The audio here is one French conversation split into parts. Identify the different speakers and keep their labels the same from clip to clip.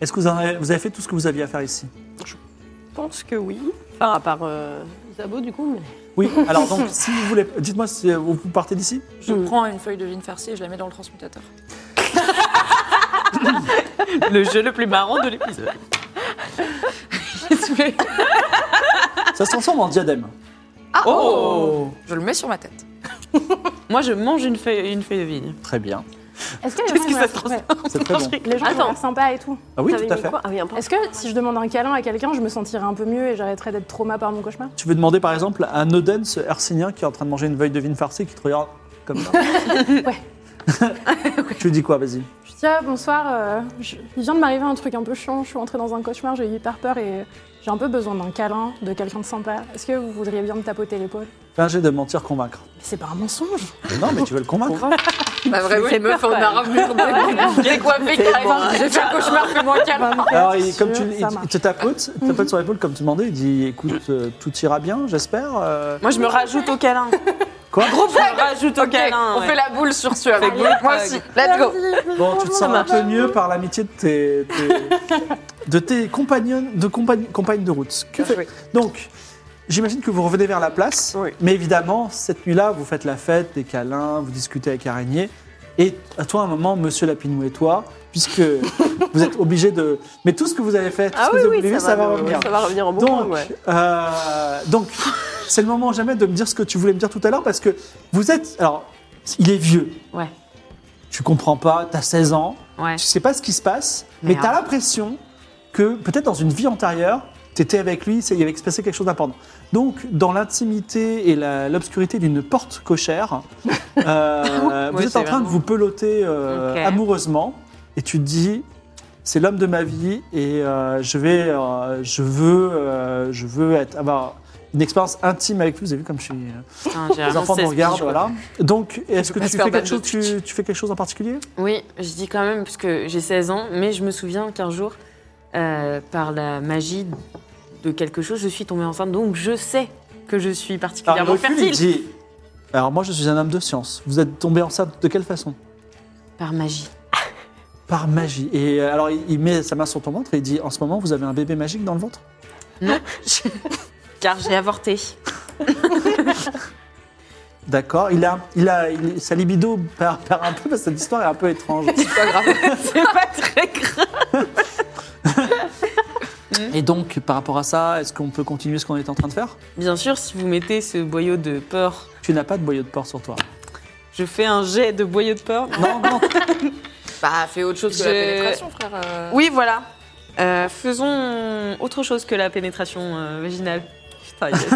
Speaker 1: Est-ce que vous avez, vous avez fait tout ce que vous aviez à faire ici
Speaker 2: Je pense que oui. Enfin, à part euh, Isabeau, du coup. Mais...
Speaker 1: Oui, alors donc si vous voulez, dites-moi si euh, vous vous partez d'ici
Speaker 3: Je prends une feuille de vigne farcie et je la mets dans le transmutateur.
Speaker 2: Le jeu le plus marrant de l'épisode.
Speaker 1: Ça se transforme en diadème.
Speaker 3: Ah,
Speaker 2: Oh
Speaker 3: Je le mets sur ma tête.
Speaker 2: Moi, je mange une feuille, une feuille de vigne.
Speaker 1: Très bien.
Speaker 4: Est-ce que les
Speaker 2: Qu'est-ce
Speaker 4: gens,
Speaker 2: que
Speaker 4: ils
Speaker 2: ça
Speaker 4: vont-
Speaker 2: se transforme
Speaker 1: C'est très bon.
Speaker 4: Les gens ils vont
Speaker 2: Attends.
Speaker 4: être sympas et tout.
Speaker 1: Ah oui,
Speaker 2: T'avais
Speaker 1: tout à
Speaker 2: mis
Speaker 1: fait.
Speaker 2: quoi Ah oui, un point.
Speaker 4: Est-ce que si je demande un câlin à quelqu'un, je me sentirais un peu mieux et j'arrêterais d'être trauma par mon cauchemar
Speaker 1: Tu veux demander par exemple à Noden, ce hercinien qui est en train de manger une veille de vigne farcie qui te regarde comme ça Tu lui dis quoi, vas-y
Speaker 4: Je dis ah, bonsoir, euh, je- il vient de m'arriver un truc un peu chiant, je suis entrée dans un cauchemar, j'ai eu hyper peur et j'ai un peu besoin d'un câlin, de quelqu'un de sympa. Est-ce que vous voudriez bien me tapoter l'épaule
Speaker 1: Fais un jet de mentir convaincre.
Speaker 4: Mais c'est pas un mensonge
Speaker 1: Mais non, mais tu veux le convaincre
Speaker 3: Bah vraiment, les meufs en armure de décoiffée carrément. J'ai fait un cauchemar, fais-moi calme.
Speaker 1: Alors, il, comme tu,
Speaker 4: Bah, Sûr,
Speaker 1: il,
Speaker 4: ça
Speaker 1: il
Speaker 4: marche.
Speaker 1: te tapote, il tapote sur l'épaule comme tu demandais, il dit écoute, euh, tout ira bien, j'espère. euh,
Speaker 5: Moi, je me rajoute au câlin.
Speaker 1: Quoi
Speaker 5: Je me rajoute au
Speaker 3: Ok,
Speaker 2: hein,
Speaker 5: câlin.
Speaker 3: on
Speaker 5: ouais.
Speaker 3: fait la boule sur ceux avec
Speaker 5: Fais gaffe.
Speaker 3: moi aussi. Let's go.
Speaker 1: Bon, tu te sens un peu mieux par l'amitié de tes, tes- de tes compagnons, de compagnes, compagnes de route. Que fait- Donc, j'imagine que vous revenez vers la place,
Speaker 2: Oui.
Speaker 1: mais évidemment, cette nuit-là, vous faites la fête, des câlins, vous discutez avec Araignée, et à toi, un moment, Monsieur Lapinou et toi, puisque vous êtes obligés de... Mais tout ce que vous avez fait, tout ce que vous avez voulu, Ah ça, va
Speaker 2: nous-
Speaker 1: revenir.
Speaker 2: Ça va revenir en bon
Speaker 1: Donc,
Speaker 2: point, ouais.
Speaker 1: euh, donc, c'est le moment jamais de me dire ce que tu voulais me dire tout à l'heure parce que vous êtes. Alors, il est vieux.
Speaker 5: Ouais.
Speaker 1: Tu comprends pas, t'as 16 ans,
Speaker 5: Ouais.
Speaker 1: tu sais pas ce qui se passe, mais
Speaker 5: Merde.
Speaker 1: t'as l'impression que peut-être dans une vie antérieure, t'étais avec lui, c'est- il avait se passer quelque chose d'important. Donc, dans l'intimité et la- l'obscurité d'une porte cochère, euh, vous
Speaker 5: Ouais,
Speaker 1: êtes en
Speaker 5: c'est
Speaker 1: train de
Speaker 5: vraiment-
Speaker 1: vous peloter euh,
Speaker 5: Ok.
Speaker 1: amoureusement et tu te dis c'est l'homme de ma vie et euh, je vais, euh, je veux, euh, je veux être, avoir une expérience intime avec lui. Vous avez vu comme je suis, euh,
Speaker 5: Putain, j'ai
Speaker 1: les
Speaker 5: vraiment
Speaker 1: enfants me
Speaker 5: 16
Speaker 1: regardent,
Speaker 5: piges,
Speaker 1: voilà. Donc, est-ce que
Speaker 3: pas
Speaker 1: tu
Speaker 3: se
Speaker 1: fais
Speaker 3: faire
Speaker 1: quelque chose,
Speaker 3: battre de
Speaker 1: tu, tu fais quelque chose en particulier
Speaker 5: Oui, je dis quand même, parce que j'ai 16 ans, mais je me souviens qu'un jour, euh, par la magie de quelque chose, je suis tombée enceinte, donc je sais que je suis
Speaker 1: Alors, le
Speaker 5: particulièrement
Speaker 1: recul, il
Speaker 5: fertile.
Speaker 1: dit. Alors moi, je suis un homme de science. Vous êtes tombé enceinte de quelle façon
Speaker 5: Par magie.
Speaker 1: Par magie. Et euh, alors, il il met sa main sur ton ventre et il dit en ce moment, vous avez un bébé magique dans le ventre.
Speaker 5: Car j'ai avorté.
Speaker 1: D'accord. Il a, il a, il- sa libido perd, perd un peu parce que cette histoire est un peu étrange.
Speaker 3: C'est pas grave.
Speaker 5: C'est pas très grave.
Speaker 1: Et donc, par rapport à ça, est-ce qu'on peut continuer ce qu'on était en train de faire
Speaker 5: Bien sûr, si vous mettez ce boyau de peur,
Speaker 1: Tu n'as pas de boyau de porc sur toi.
Speaker 5: je fais un jet de boyau de peur.
Speaker 1: Non, non.
Speaker 3: Bah fais autre chose que la
Speaker 5: Je-
Speaker 3: pénétration, frère. euh.
Speaker 5: Oui, voilà. Euh, faisons autre chose que la pénétration euh, vaginale. Putain, yes.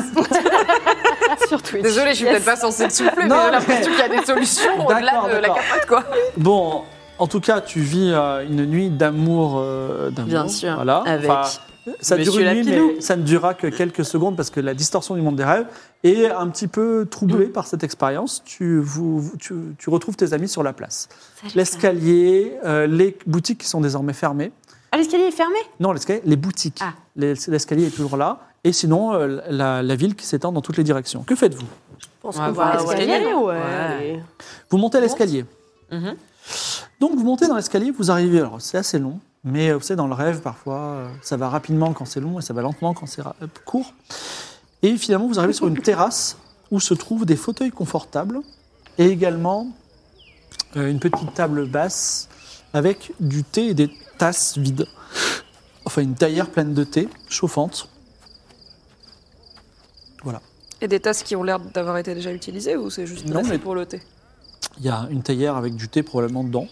Speaker 3: Désolée, je suis peut-être pas censée te souffler,
Speaker 1: Non,
Speaker 3: mais
Speaker 1: mais-
Speaker 3: j'ai l'impression qu'il y a des solutions au-delà
Speaker 1: D'accord,
Speaker 3: de la
Speaker 1: d'accord.
Speaker 3: capote, quoi.
Speaker 1: Bon, en tout cas, tu vis euh, une nuit d'amour. euh, d'amour,
Speaker 5: Bien sûr,
Speaker 1: Voilà.
Speaker 5: avec
Speaker 1: ça dure
Speaker 5: Monsieur
Speaker 1: une nuit,
Speaker 5: Lapinou.
Speaker 1: mais ça ne durera que quelques secondes parce que la distorsion du monde des rêves est un petit peu troublée par cette expérience. Tu, vous- vous- tu, tu retrouves tes amis sur la place. L'escalier, euh, les boutiques qui sont désormais fermées.
Speaker 5: Ah, l'escalier est fermé
Speaker 1: Non, l'escalier, les boutiques.
Speaker 5: Ah.
Speaker 1: Les- L'escalier est toujours là. Et sinon, euh, la, la ville qui s'étend dans toutes les directions. Que faites-vous
Speaker 2: Je pense
Speaker 5: Ouais,
Speaker 2: qu'on
Speaker 5: voilà,
Speaker 2: va
Speaker 5: ouais.
Speaker 2: escalader, ouais.
Speaker 5: Ouais.
Speaker 2: allez.
Speaker 1: Vous montez à l'escalier.
Speaker 5: Mhm.
Speaker 1: Donc vous montez dans l'escalier, vous arrivez. Alors c'est assez long, mais euh, vous savez, dans le rêve, parfois, euh, ça va rapidement quand c'est long et ça va lentement quand c'est ra- euh, court. Et finalement, vous arrivez sur une terrasse où se trouvent des fauteuils confortables et également euh, une petite table basse avec du thé et des tasses vides. Enfin, une taillère pleine de thé, chauffante.
Speaker 3: Et des tasses qui ont l'air d'avoir été déjà utilisées ou c'est juste
Speaker 1: Non,
Speaker 3: placé
Speaker 1: mais-
Speaker 3: pour le thé
Speaker 1: Il y a une taillère avec du thé probablement dedans.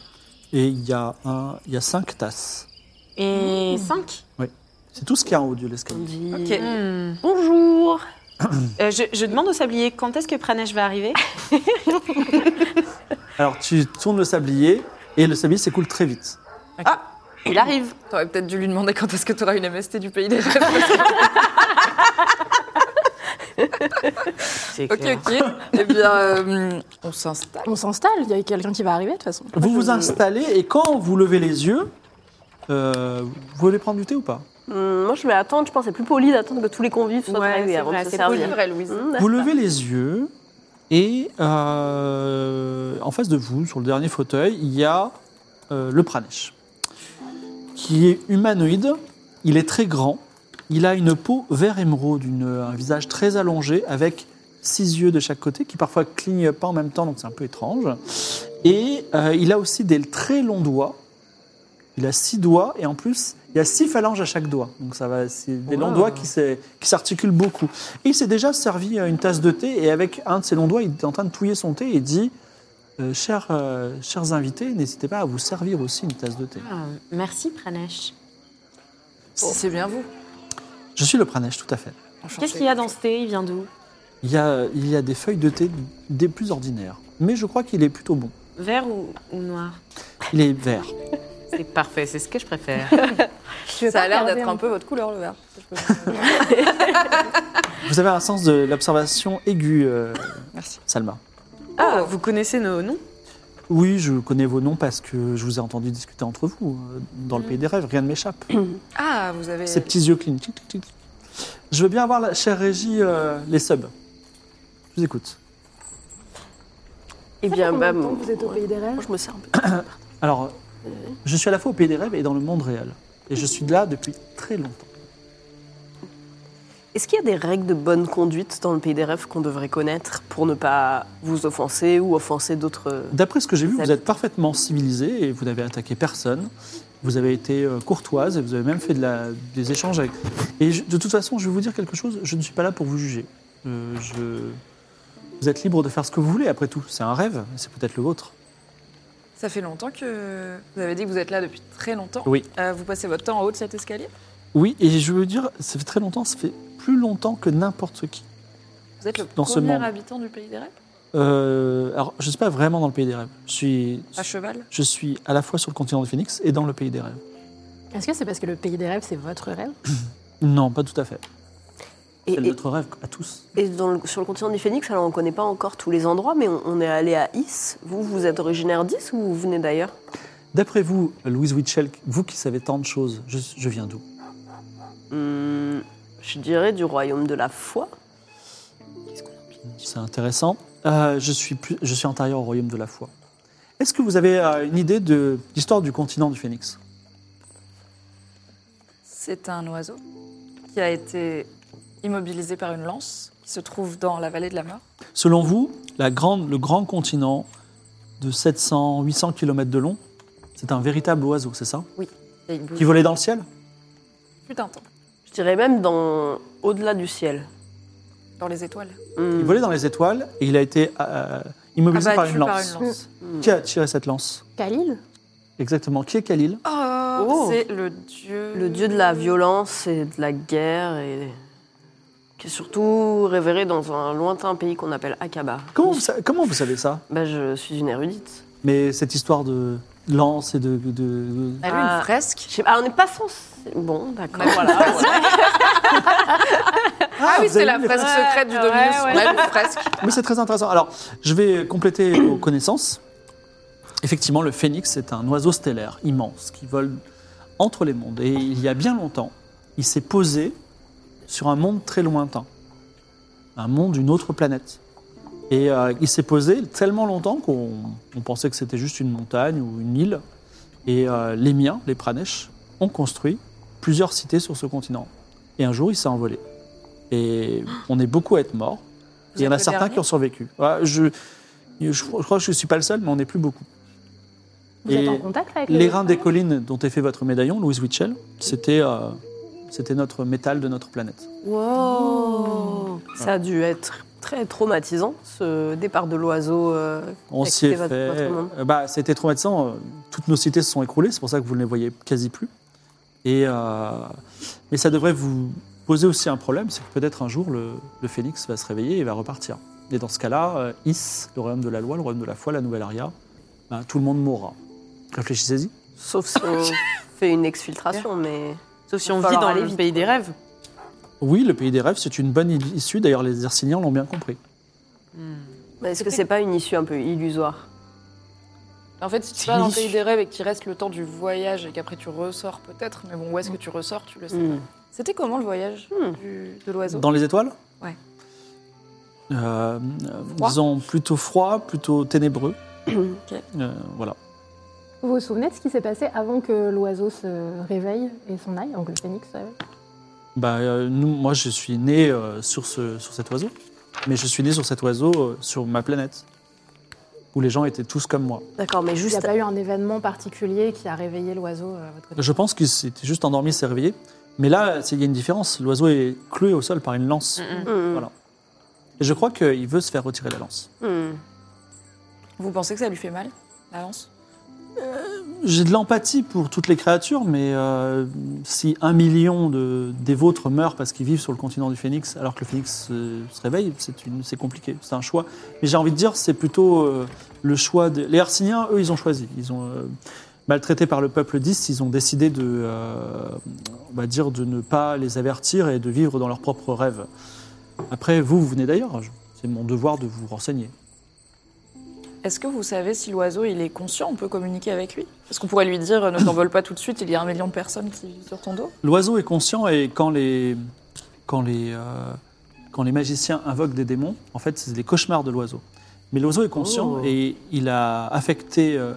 Speaker 1: Et il y a, un, il y a cinq tasses.
Speaker 5: Et 5
Speaker 1: C'est tout ce qu'il y a en haut de l'escalier.
Speaker 2: dit.
Speaker 5: Ok. Hmm.
Speaker 2: Bonjour.
Speaker 5: Euh, je, je demande au sablier quand est-ce que Pranesh va arriver.
Speaker 1: Alors tu tournes le sablier et le sablier s'écoule très vite.
Speaker 5: Il arrive.
Speaker 3: T'aurais peut-être dû lui demander quand est-ce que t'auras une MST du pays des rêves.
Speaker 5: C'est
Speaker 3: ok, ok. Eh bien, euh, on s'installe.
Speaker 4: On s'installe, il y a quelqu'un qui va arriver de toute façon.
Speaker 1: Vous vous installez et quand vous levez les yeux, euh, vous voulez prendre du thé ou pas
Speaker 2: Hum, moi, je vais attendre. Je pense que c'est plus poli d'attendre que tous les convives soient arrivés avant de se servir.
Speaker 3: Louise.
Speaker 2: Hum,
Speaker 1: Vous levez les yeux et euh, en face de vous, sur le dernier fauteuil, il y a euh, le Pranesh, qui est humanoïde. Il est très grand. Il a une peau vert émeraude, une- un visage très allongé avec six yeux de chaque côté qui parfois clignent pas en même temps, donc c'est un peu étrange. Et euh, il a aussi des très longs doigts. Il a six doigts et en plus, il y a six phalanges à chaque doigt. Donc ça va, c'est des longs doigts qui s'est- qui s'articulent beaucoup. Et il s'est déjà servi euh, une tasse de thé et avec un de ses longs doigts, il est en train de touiller son thé et dit euh, chers, euh, chers invités, n'hésitez pas à vous servir aussi une tasse de thé.
Speaker 5: Ah, merci Pranesh.
Speaker 3: Si c'est bien vous.
Speaker 1: Je suis le Pranesh, tout à fait.
Speaker 5: Qu'est-ce qu'il y a dans ce thé Il vient d'où
Speaker 1: Il y a, il y a des feuilles de thé des plus ordinaires, mais je crois qu'il est plutôt bon.
Speaker 5: Vert ou, ou noir
Speaker 1: Il est vert.
Speaker 5: C'est parfait, c'est ce que je préfère.
Speaker 4: Tu veux
Speaker 3: Ça
Speaker 4: pas
Speaker 3: a l'air
Speaker 4: regarder
Speaker 3: d'être
Speaker 4: en-
Speaker 3: un peu votre couleur, le vert.
Speaker 1: Vous avez un sens de l'observation aiguë, euh,
Speaker 3: Merci.
Speaker 1: Salma.
Speaker 5: Ah, vous connaissez nos noms
Speaker 1: Oui, je connais vos noms parce que je vous ai entendu discuter entre vous euh, dans le pays des rêves. Rien ne m'échappe.
Speaker 3: Ah, vous avez.
Speaker 1: Ces petits yeux clignent. Tic, tic, tic, tic. Je veux bien avoir, la chère Régie, euh, les subs. Je vous écoute.
Speaker 2: Eh
Speaker 4: Ça fait
Speaker 1: Ah,
Speaker 2: bien,
Speaker 4: combien de
Speaker 2: bah,
Speaker 4: temps que vous êtes au
Speaker 2: moi,
Speaker 4: pays des rêves
Speaker 2: je me sers un peu.
Speaker 1: Alors, euh, je suis à la fois au pays des rêves et dans le monde réel. Et je suis là depuis très longtemps.
Speaker 2: Est-ce qu'il y a des règles de bonne conduite dans le pays des rêves qu'on devrait connaître pour ne pas vous offenser ou offenser d'autres euh,
Speaker 1: D'après ce que j'ai vu,
Speaker 2: Ça-
Speaker 1: vous êtes parfaitement civilisé et vous n'avez attaqué personne. Vous avez été euh, courtoise et vous avez même fait de la- des échanges avec. Et je- de toute façon, je vais vous dire quelque chose. Je ne suis pas là pour vous juger. Euh, je- Vous êtes libre de faire ce que vous voulez. Après tout, c'est un rêve. C'est peut-être le vôtre.
Speaker 3: Ça fait longtemps que. Vous avez dit que vous êtes là depuis très longtemps.
Speaker 1: Oui.
Speaker 3: Euh, vous passez votre temps en haut de cet escalier.
Speaker 1: Oui, et je veux dire, ça fait très longtemps. Ça fait plus longtemps que n'importe qui.
Speaker 3: Vous êtes le
Speaker 1: Dans ce
Speaker 3: premier
Speaker 1: monde.
Speaker 3: habitant du pays des rêves.
Speaker 1: Euh, alors, je ne suis pas vraiment dans le pays des rêves. Je suis,
Speaker 2: Ah,
Speaker 3: À cheval.
Speaker 1: je suis à la fois sur le continent du Phoenix et dans le pays des rêves.
Speaker 4: Est-ce que c'est parce que le pays des rêves, c'est votre rêve
Speaker 1: Non, pas tout à fait.
Speaker 2: Et,
Speaker 1: C'est
Speaker 2: et-
Speaker 1: notre rêve à tous.
Speaker 2: et dans le- sur le continent du Phénix, alors on ne connaît pas encore tous les endroits, mais on, on est allé à Is. Vous, vous êtes originaire d'Is ou vous venez d'ailleurs
Speaker 1: D'après vous, Louise Witchell, vous qui savez tant de choses, je, je viens d'où
Speaker 2: Hum, Je dirais du royaume de la foi.
Speaker 1: C'est intéressant. Euh, je, suis plus, je suis antérieur au royaume de la foi. Est-ce que vous avez euh, une idée de l'histoire du continent du Phénix
Speaker 3: C'est un oiseau qui a été immobilisé par une lance qui se trouve dans la vallée de la mort.
Speaker 1: Selon vous, la grande, le grand continent de 700-800 km de long, c'est un véritable oiseau, c'est ça
Speaker 3: Et il bouge
Speaker 1: Qui volait dans le ciel
Speaker 3: plus d'un temps
Speaker 2: Je dirais même dans au-delà du ciel.
Speaker 3: dans les étoiles.
Speaker 2: Hum,
Speaker 1: Il volait dans les étoiles et il a été euh, immobilisé par,
Speaker 3: Abattu
Speaker 1: une
Speaker 3: par une
Speaker 1: lance.
Speaker 3: lance.
Speaker 1: Qui a tiré cette lance
Speaker 4: Khalil
Speaker 1: Exactement. Qui est Khalil
Speaker 3: Oh,
Speaker 2: Oh.
Speaker 3: c'est le dieu.
Speaker 2: Le dieu de la violence et de la guerre et qui est surtout révéré dans un lointain pays qu'on appelle Akaba.
Speaker 1: comment vous, sa- comment vous savez ça
Speaker 2: Bah, je suis une érudite.
Speaker 1: Mais cette histoire de lance et de. de- de-
Speaker 3: Elle a lu
Speaker 2: Ah.
Speaker 3: une fresque. Ah
Speaker 2: Je sais- Ah, on n'est pas censé. Bon, d'accord.
Speaker 3: voilà.
Speaker 1: Ah,
Speaker 3: oui,
Speaker 1: vous avez
Speaker 3: c'est la
Speaker 1: lu les
Speaker 3: fresque secrète du Dominus. On a lu une fresque.
Speaker 1: Mais c'est très intéressant. Alors, je vais compléter vos connaissances. Effectivement, le phénix est un oiseau stellaire immense qui vole entre les mondes. Et il y a bien longtemps, il s'est posé sur un monde très lointain, un monde d'une autre planète. Et euh, il s'est posé tellement longtemps qu'on on pensait que c'était juste une montagne ou une île. Et euh, les miens, les Pranesh, ont construit plusieurs cités sur ce continent. Et un jour, il s'est envolé. Et on est beaucoup à être morts.
Speaker 3: Vous
Speaker 1: Et il y en a
Speaker 3: êtes le
Speaker 1: certains
Speaker 3: dernier
Speaker 1: qui ont survécu. Ouais, je, je, je crois que je ne suis pas le seul, mais on n'est plus beaucoup.
Speaker 4: Vous
Speaker 1: Et
Speaker 4: êtes en contact avec
Speaker 1: Les
Speaker 4: les
Speaker 1: reins des collines dont est fait votre médaillon, Louise Witchell, c'était euh, c'était notre métal de notre planète.
Speaker 2: Wow Ça a dû être très traumatisant, ce départ de l'oiseau. euh,
Speaker 1: On
Speaker 4: Bah,
Speaker 2: Fait que
Speaker 1: s'y est
Speaker 2: c'était votre-
Speaker 1: fait.
Speaker 2: votre monde.
Speaker 1: euh, bah, c'était traumatisant. euh, Toutes nos cités se sont écroulées, c'est pour ça que vous ne les voyez quasi plus. Et, euh, mais ça devrait vous poser aussi un problème, c'est que peut-être un jour le, le phénix va se réveiller et va repartir. Et dans ce cas-là, euh, Is, le royaume de la loi, le royaume de la foi, la nouvelle aria, ben, tout le monde mourra. Réfléchissez-y.
Speaker 2: Sauf si on fait une exfiltration, mais.
Speaker 5: Sauf si
Speaker 2: Il va
Speaker 5: on vit
Speaker 2: falloir
Speaker 5: dans
Speaker 2: aller
Speaker 5: le
Speaker 2: vite,
Speaker 5: pays des rêves.
Speaker 1: Oui, le pays des rêves, c'est une bonne issue. D'ailleurs, les Erciniens l'ont bien compris.
Speaker 2: Mais Est-ce que c'est pas une issue un peu illusoire
Speaker 3: En fait, si tu vas dans le pays des rêves et qu'il reste le temps du voyage et qu'après tu ressors peut-être, mais bon, où est-ce que tu ressors, tu le sais.
Speaker 2: Hmm.
Speaker 3: C'était comment le voyage
Speaker 2: Hmm.
Speaker 3: du- de l'oiseau
Speaker 1: Dans les étoiles
Speaker 3: Ouais.
Speaker 1: Euh, euh,
Speaker 3: Froid
Speaker 1: disons plutôt froid, plutôt ténébreux. Euh, voilà.
Speaker 4: Vous vous souvenez de ce qui s'est passé avant que l'oiseau se réveille et s'en aille, donc le phénix se réveille
Speaker 1: Bah, euh, nous, moi, je suis né euh, sur, ce, sur cet oiseau. Mais je suis né sur cet oiseau euh, sur ma planète, où les gens étaient tous comme moi.
Speaker 2: D'accord, mais
Speaker 4: Il n'y a
Speaker 2: juste.
Speaker 4: pas eu un événement particulier qui a réveillé l'oiseau euh, à votre côté
Speaker 1: Je pense qu'il s'était juste endormi, s'est réveillé. Mais là, c'est- il y a une différence. L'oiseau est cloué au sol par une lance.
Speaker 2: Hmm.
Speaker 1: Voilà. Et je crois qu'il veut se faire retirer la lance.
Speaker 2: Hmm.
Speaker 3: Vous pensez que ça lui fait mal, la lance
Speaker 1: J'ai de l'empathie pour toutes les créatures, mais euh, si un million de, des vôtres meurent parce qu'ils vivent sur le continent du phénix, alors que le phénix euh, se réveille, c'est une- c'est compliqué, c'est un choix. Mais j'ai envie de dire, c'est plutôt euh, le choix des... Les Hercyniens, eux, ils ont choisi. Ils ont, euh, maltraités par le peuple 10, ils ont décidé de, euh, on va dire, de ne pas les avertir et de vivre dans leurs propres rêves. Après, vous, vous venez d'ailleurs. Je- C'est mon devoir de vous renseigner.
Speaker 3: Est-ce que vous savez si l'oiseau il est conscient On peut communiquer avec lui Parce qu'on pourrait lui dire euh, ne t'envole pas tout de suite, il y a un million de personnes qui vivent sur ton dos.
Speaker 1: L'oiseau est conscient et quand les, quand, les, euh, quand les magiciens invoquent des démons, en fait, c'est les cauchemars de l'oiseau. Mais l'oiseau est conscient
Speaker 2: Oh.
Speaker 1: et il a affecté euh,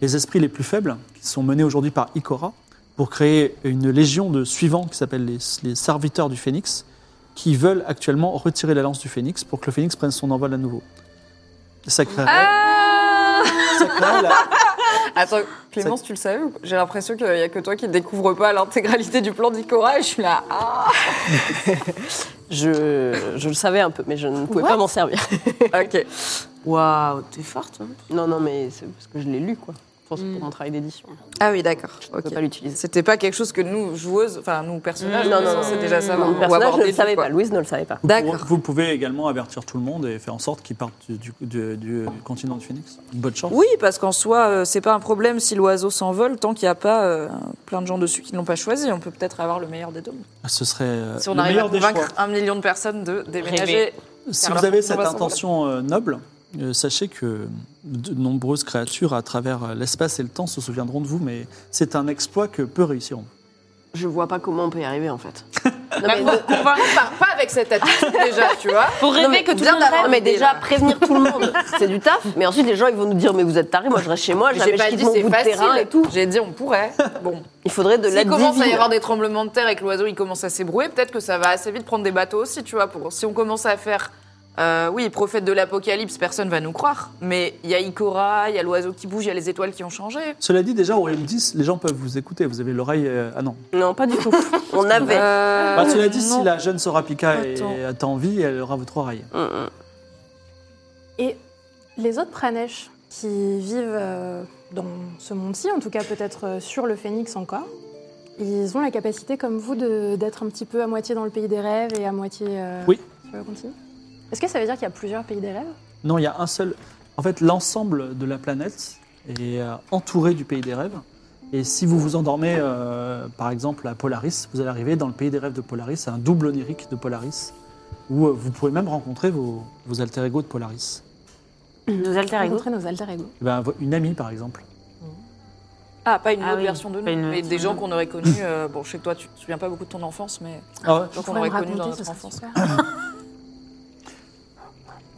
Speaker 1: les esprits les plus faibles, qui sont menés aujourd'hui par Ikora, pour créer une légion de suivants qui s'appelle les, les serviteurs du phénix, qui veulent actuellement retirer la lance du phénix pour que le phénix prenne son envol à nouveau. Ça créerait, ça créerait la-
Speaker 3: Attends, Clémence, tu le savais ou pas J'ai l'impression qu'il n'y a que toi qui ne découvre pas l'intégralité du plan d'Icora et je suis là. Ah
Speaker 2: Je, je le savais un peu, mais je ne pouvais pas m'en servir.
Speaker 3: Ok.
Speaker 5: Waouh, t'es forte. hein.
Speaker 2: Non, non, mais c'est parce que je l'ai lu, quoi. Je pense pour un travail d'édition.
Speaker 3: Ah oui, d'accord.
Speaker 2: Je ne
Speaker 3: Ok.
Speaker 2: peux pas l'utiliser.
Speaker 3: C'était pas quelque chose que nous, joueuses, enfin nous, personnages,
Speaker 2: Non,
Speaker 3: on
Speaker 2: non, non,
Speaker 3: censait déjà savoir.
Speaker 2: Mon
Speaker 3: ou
Speaker 2: personnage
Speaker 3: aborder
Speaker 2: ne le
Speaker 3: tout,
Speaker 2: savait
Speaker 3: quoi.
Speaker 2: pas, Louise ne le savait pas.
Speaker 1: Vous
Speaker 3: D'accord.
Speaker 1: pourrez- Vous pouvez également avertir tout le monde et faire en sorte qu'ils partent du, du- du- du continent du phénix. Bonne chance.
Speaker 3: Oui, parce qu'en soi, euh, c'est pas un problème si l'oiseau s'envole tant qu'il n'y a pas euh, plein de gens dessus qui ne l'ont pas choisi. On peut peut-être avoir le meilleur des deux.
Speaker 1: Ce serait euh,
Speaker 3: Si on
Speaker 1: le
Speaker 3: arrive à
Speaker 1: meilleur des choix.
Speaker 3: convaincre un million de personnes de déménager.
Speaker 5: Rêver.
Speaker 1: Si
Speaker 3: Car
Speaker 1: vous
Speaker 3: leur
Speaker 1: avez
Speaker 3: fonction
Speaker 1: cette
Speaker 3: va s'envoler.
Speaker 1: intention euh, noble, euh, sachez que de nombreuses créatures à travers euh, l'espace et le temps se souviendront de vous, mais c'est un exploit que peu réussiront.
Speaker 2: Je vois pas comment on peut y arriver, en fait. Non,
Speaker 3: Bah,
Speaker 2: mais,
Speaker 3: faut convaincre par- pas avec cette attitude déjà, tu vois.
Speaker 5: Pour rêver que tout le
Speaker 3: bien
Speaker 5: monde
Speaker 3: d'avoir
Speaker 2: non,
Speaker 5: rêve.
Speaker 2: mais
Speaker 3: l'idée,
Speaker 2: déjà,
Speaker 3: là.
Speaker 2: prévenir tout le monde, c'est du taf. Mais ensuite, les gens, ils vont nous dire Mais vous êtes tarés, moi, je reste chez moi,
Speaker 3: J'ai
Speaker 2: jamais je
Speaker 3: pas
Speaker 2: quitte
Speaker 3: dit
Speaker 2: mon
Speaker 3: c'est
Speaker 2: bout de terrain et
Speaker 3: facile.
Speaker 2: tout.
Speaker 3: J'ai dit on pourrait. Bon,
Speaker 2: Il faudrait de l'aide
Speaker 3: s'il commence à y
Speaker 2: divine.
Speaker 3: avoir des tremblements de terre et que l'oiseau il commence à s'ébrouer, peut-être que ça va assez vite prendre des bateaux aussi, tu vois. Pour, si on commence à faire, euh, oui, prophète de l'apocalypse, personne va nous croire. Mais il y a Ikora, il y a l'oiseau qui bouge, il y a les étoiles qui ont changé.
Speaker 1: Cela dit, déjà, au Royaume 10, les gens peuvent vous écouter. Vous avez l'oreille. euh, ah non.
Speaker 2: Non, pas du tout. On avait.
Speaker 3: Euh,
Speaker 1: Bah, cela dit,
Speaker 3: non.
Speaker 1: si la jeune Sorapika est,
Speaker 3: Attends.
Speaker 1: est en vie, elle aura votre oreille.
Speaker 2: Mm, mm.
Speaker 4: Et les autres pranèches qui vivent euh, dans ce monde-ci, en tout cas peut-être euh, sur le phénix encore, ils ont la capacité comme vous de- d'être un petit peu à moitié dans le pays des rêves et à moitié euh,
Speaker 1: Oui.
Speaker 4: sur le continent Est-ce que ça veut dire qu'il y a plusieurs pays des rêves
Speaker 1: Non, il y a un seul. En fait, l'ensemble de la planète est euh, entouré du pays des rêves. Et si vous vous endormez, euh, par exemple, à Polaris, vous allez arriver dans le pays des rêves de Polaris, un double onirique de Polaris, où euh, vous pouvez même rencontrer vos, vos alter ego de Polaris.
Speaker 5: Nos alter ego.
Speaker 4: Rencontrer nos alter ego.
Speaker 1: Eh ben, vo- une amie, par exemple.
Speaker 3: Ah, pas une
Speaker 5: Ah
Speaker 3: autre
Speaker 5: oui,
Speaker 3: version de nous,
Speaker 5: pas une
Speaker 3: mais
Speaker 5: version
Speaker 3: des
Speaker 5: de
Speaker 3: gens
Speaker 5: nous.
Speaker 3: qu'on aurait connus. euh, bon, je sais que toi, tu te souviens pas beaucoup de ton enfance, mais
Speaker 1: Ah ouais.
Speaker 3: gens qu'on
Speaker 4: Faudrait
Speaker 3: aurait
Speaker 4: me
Speaker 3: connus dans
Speaker 4: raconter,
Speaker 3: notre
Speaker 4: ce
Speaker 3: enfance.
Speaker 4: serait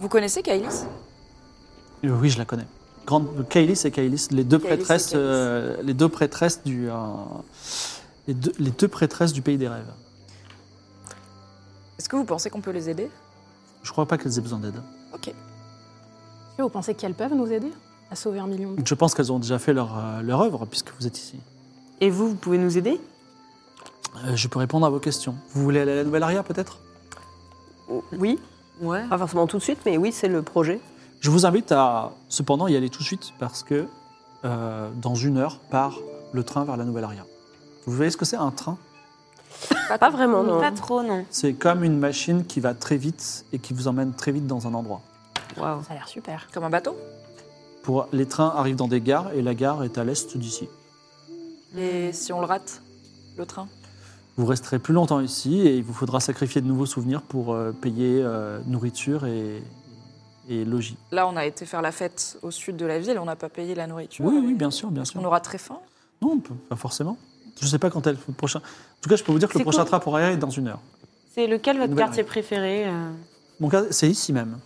Speaker 3: Vous connaissez Kailis
Speaker 1: Euh, Oui, je la connais. Grande, euh, Kailis et Kailis, les deux
Speaker 3: Kailis et
Speaker 1: prêtresses,
Speaker 3: Kailis.
Speaker 1: euh, les deux prêtresses du, euh, les, deux, les deux prêtresses du pays des rêves.
Speaker 3: Est-ce que vous pensez qu'on peut les aider
Speaker 1: Je crois pas qu'elles aient besoin d'aide.
Speaker 4: Est-ce que vous pensez qu'elles peuvent nous aider à sauver un million de vies
Speaker 1: Je pense qu'elles ont déjà fait leur, euh, leur œuvre puisque vous êtes ici.
Speaker 5: Et vous, vous pouvez nous aider
Speaker 1: Euh, je peux répondre à vos questions. Vous voulez aller à la nouvelle aria peut-être
Speaker 2: Oui,
Speaker 5: Ouais.
Speaker 2: pas forcément tout de suite, mais oui, c'est le projet.
Speaker 1: Je vous invite à cependant y aller tout de suite parce que euh, dans une heure part le train vers la nouvelle aria. Vous voyez ce que c'est un train
Speaker 2: Pas vraiment, non.
Speaker 5: Pas trop, non.
Speaker 1: C'est comme une machine qui va très vite et qui vous emmène très vite dans un endroit.
Speaker 5: Waouh.
Speaker 4: Ça a l'air super.
Speaker 3: Comme un bateau
Speaker 1: Pour, les trains arrivent dans des gares et la gare est à l'est d'ici.
Speaker 3: Et si on le rate, le train
Speaker 1: Vous resterez plus longtemps ici et il vous faudra sacrifier de nouveaux souvenirs pour euh, payer euh, nourriture et, et logis.
Speaker 3: Là, on a été faire la fête au sud de la ville, on n'a pas payé la nourriture.
Speaker 1: Oui, oui, bien sûr, bien
Speaker 3: On
Speaker 1: sûr.
Speaker 3: aura très faim.
Speaker 1: Non, p- pas forcément. Je ne sais pas quand est le prochain. En tout cas, je peux vous dire que le
Speaker 5: C'est
Speaker 1: prochain
Speaker 5: cool.
Speaker 1: train pour arriver est dans une heure.
Speaker 5: C'est lequel votre
Speaker 1: Nouvelle
Speaker 5: quartier préféré euh,
Speaker 1: Mon cas, c'est ici même.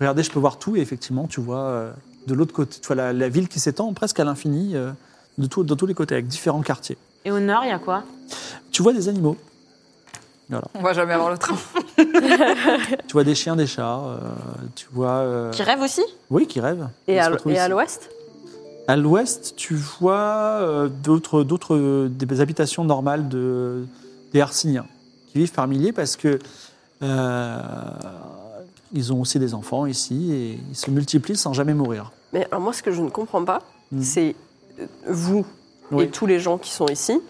Speaker 1: Regardez, je peux voir tout et effectivement, tu vois euh, de l'autre côté, tu vois la, la ville qui s'étend presque à l'infini euh, de, tout- de tous les côtés avec différents quartiers.
Speaker 5: Et au nord, il y a quoi
Speaker 1: Tu vois des animaux,
Speaker 3: On va jamais avoir le train.
Speaker 1: tu vois des chiens, des chats, euh, tu vois. euh,
Speaker 5: Qui rêve aussi
Speaker 1: Oui, qui rêvent.
Speaker 2: Et
Speaker 1: Ils se
Speaker 2: à,
Speaker 1: retrouvent
Speaker 2: et à
Speaker 1: ici.
Speaker 2: l'ouest
Speaker 1: À l'ouest, tu vois euh, d'autres, d'autres euh, des habitations normales de, des Arsiniens qui vivent par milliers parce que euh, ils ont aussi des enfants ici et ils se multiplient sans jamais mourir.
Speaker 2: Mais alors, moi, ce que je ne comprends pas,
Speaker 1: Mhm.
Speaker 2: c'est euh, vous
Speaker 1: Oui.
Speaker 2: et tous les gens qui sont ici.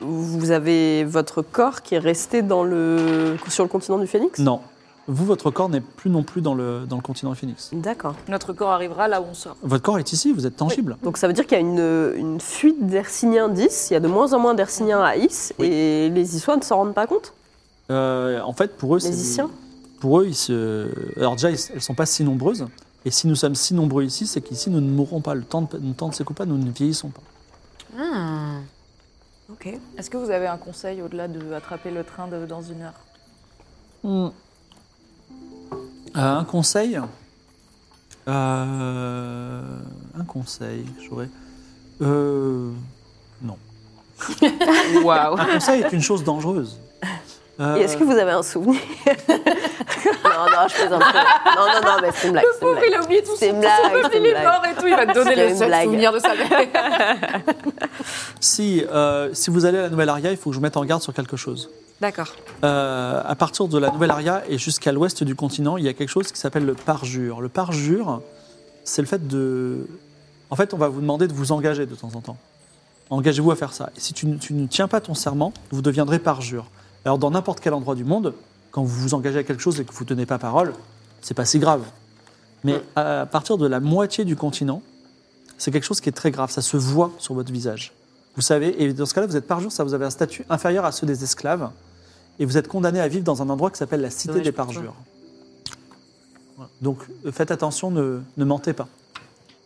Speaker 2: Vous avez votre corps qui est resté dans le... sur le continent du Phénix
Speaker 1: Non, vous, votre corps n'est plus non plus dans le, dans le continent phénix.
Speaker 2: D'accord.
Speaker 3: Notre corps arrivera là où on sort.
Speaker 1: Votre corps est ici, vous êtes tangible.
Speaker 2: Donc ça veut dire qu'il y a une, une fuite d'Ersiniens d'Is, il y a de moins en moins d'Ersiniens à Is, et les Issois ne s'en rendent pas compte
Speaker 1: Euh, en fait, pour eux,
Speaker 2: Les
Speaker 1: c'est-
Speaker 2: Issiens
Speaker 1: pour eux, ils se... alors déjà, ils- elles sont pas si nombreuses. Et si nous sommes si nombreux ici, c'est qu'ici, nous ne mourrons pas. Le temps de, le temps de s'écouler pas, nous ne vieillissons pas.
Speaker 5: Ah.
Speaker 2: Ok.
Speaker 3: Est-ce que vous avez un conseil au-delà de attraper le train de- dans une heure
Speaker 1: Euh, un conseil Euh, Un conseil, j'aurais. Euh,
Speaker 5: Waouh.
Speaker 1: Un conseil est une chose dangereuse. Euh,
Speaker 2: Et est-ce que vous avez un souvenir Non, non, je plaisante. Non, non, non, mais c'est une blague. c'est une blague.
Speaker 3: Oh, a oublié tout
Speaker 2: C'est une blague, c'est une
Speaker 3: Il est
Speaker 2: blague.
Speaker 3: mort et tout, il va te donner
Speaker 2: C'est
Speaker 3: le
Speaker 2: une
Speaker 3: seul
Speaker 2: blague.
Speaker 3: souvenir de sa mère.
Speaker 1: si, euh, si vous allez à la Nouvelle Aria, il faut que je vous mette en garde sur quelque chose.
Speaker 3: D'accord.
Speaker 1: Euh, à partir de la Nouvelle Aria et jusqu'à l'ouest du continent, il y a quelque chose qui s'appelle le parjure. Le parjure, c'est le fait de. En fait, on va vous demander de vous engager de temps en temps. Engagez-vous à faire ça. Et si tu, ne- tu ne tiens pas ton serment, vous deviendrez parjure. Alors, dans n'importe quel endroit du monde, quand vous vous engagez à quelque chose et que vous ne tenez pas parole, c'est pas si grave. Mais à partir de la moitié du continent, c'est quelque chose qui est très grave. Ça se voit sur votre visage. Vous savez, et dans ce cas-là, vous êtes parjure, ça vous avez un statut inférieur à ceux des esclaves. Et vous êtes condamné à vivre dans un endroit qui s'appelle la cité
Speaker 5: Dommage
Speaker 1: des
Speaker 5: pour toi.
Speaker 1: parjures. Voilà. Donc euh, faites attention, ne, ne mentez pas.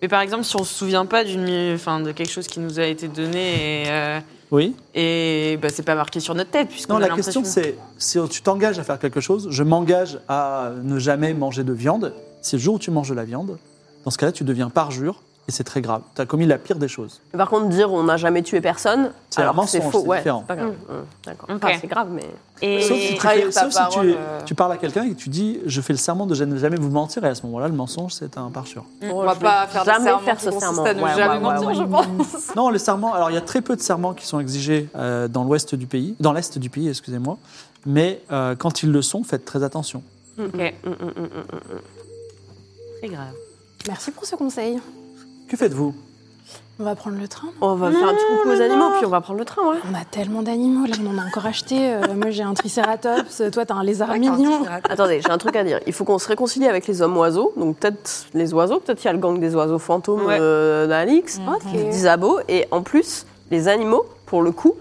Speaker 5: Mais par exemple, si on se souvient pas d'une, mi- enfin, de quelque chose qui nous a été donné et, euh,
Speaker 1: Oui
Speaker 5: et bah, c'est pas marqué sur notre tête, puisqu'on
Speaker 1: Non,
Speaker 5: a
Speaker 1: la question
Speaker 5: l'impression-
Speaker 1: c'est si tu t'engages à faire quelque chose, je m'engage à ne jamais manger de viande. Si le jour où tu manges de la viande, dans ce cas-là, tu deviens parjure et c'est très grave. Tu as commis la pire des choses.
Speaker 2: Mais Par contre, dire on n'a jamais tué personne,
Speaker 1: C'est un
Speaker 2: alors que c'est
Speaker 1: mensonge,
Speaker 2: faux.
Speaker 1: c'est
Speaker 2: Ouais,
Speaker 1: différent.
Speaker 2: c'est pas grave. Hum, D'accord.
Speaker 5: Ok.
Speaker 2: Enfin, c'est grave, mais.
Speaker 5: Et...
Speaker 1: Sauf si, tu,
Speaker 3: trahir
Speaker 1: fais-
Speaker 3: ta
Speaker 1: sauf si tu-
Speaker 3: parole, euh.
Speaker 1: tu parles à quelqu'un et que tu dis je fais le serment de ne jamais vous mentir et à ce moment-là le mensonge c'est un parjure.
Speaker 3: On va
Speaker 2: je
Speaker 3: pas
Speaker 2: vais
Speaker 3: faire
Speaker 2: jamais
Speaker 3: des serments
Speaker 2: faire
Speaker 3: qui
Speaker 2: ce
Speaker 3: consistent
Speaker 2: serment.
Speaker 3: à ne
Speaker 2: Ouais,
Speaker 3: jamais
Speaker 2: ouais,
Speaker 3: mentir,
Speaker 2: ouais, Mm.
Speaker 3: je
Speaker 2: ouais.
Speaker 3: pense.
Speaker 1: Non, les serments. Alors, il y a très peu de serments qui sont exigés euh, dans l'ouest du pays, dans l'est du pays, excusez-moi. Mais euh, quand ils le sont, faites très attention.
Speaker 5: Ok,
Speaker 2: Hum, hum, hum, hum.
Speaker 5: mm, très grave.
Speaker 4: Merci pour ce conseil.
Speaker 1: Que faites-vous
Speaker 4: On va prendre le train. non
Speaker 2: On va faire un petit coucou aux animaux, puis on va prendre le train, hein. ouais.
Speaker 4: On a tellement d'animaux là, on en a encore acheté. euh, moi j'ai un tricératops, toi t'as un lézard mignon.
Speaker 2: Attendez, j'ai un truc à dire. Il faut qu'on se réconcilie avec les hommes oiseaux, donc peut-être les oiseaux, peut-être il y a le gang des oiseaux fantômes
Speaker 5: Ouais.
Speaker 2: euh, d'Alix,
Speaker 3: Mm.
Speaker 4: Ok.
Speaker 2: d'Isabeau, et en plus, les animaux, pour le coup,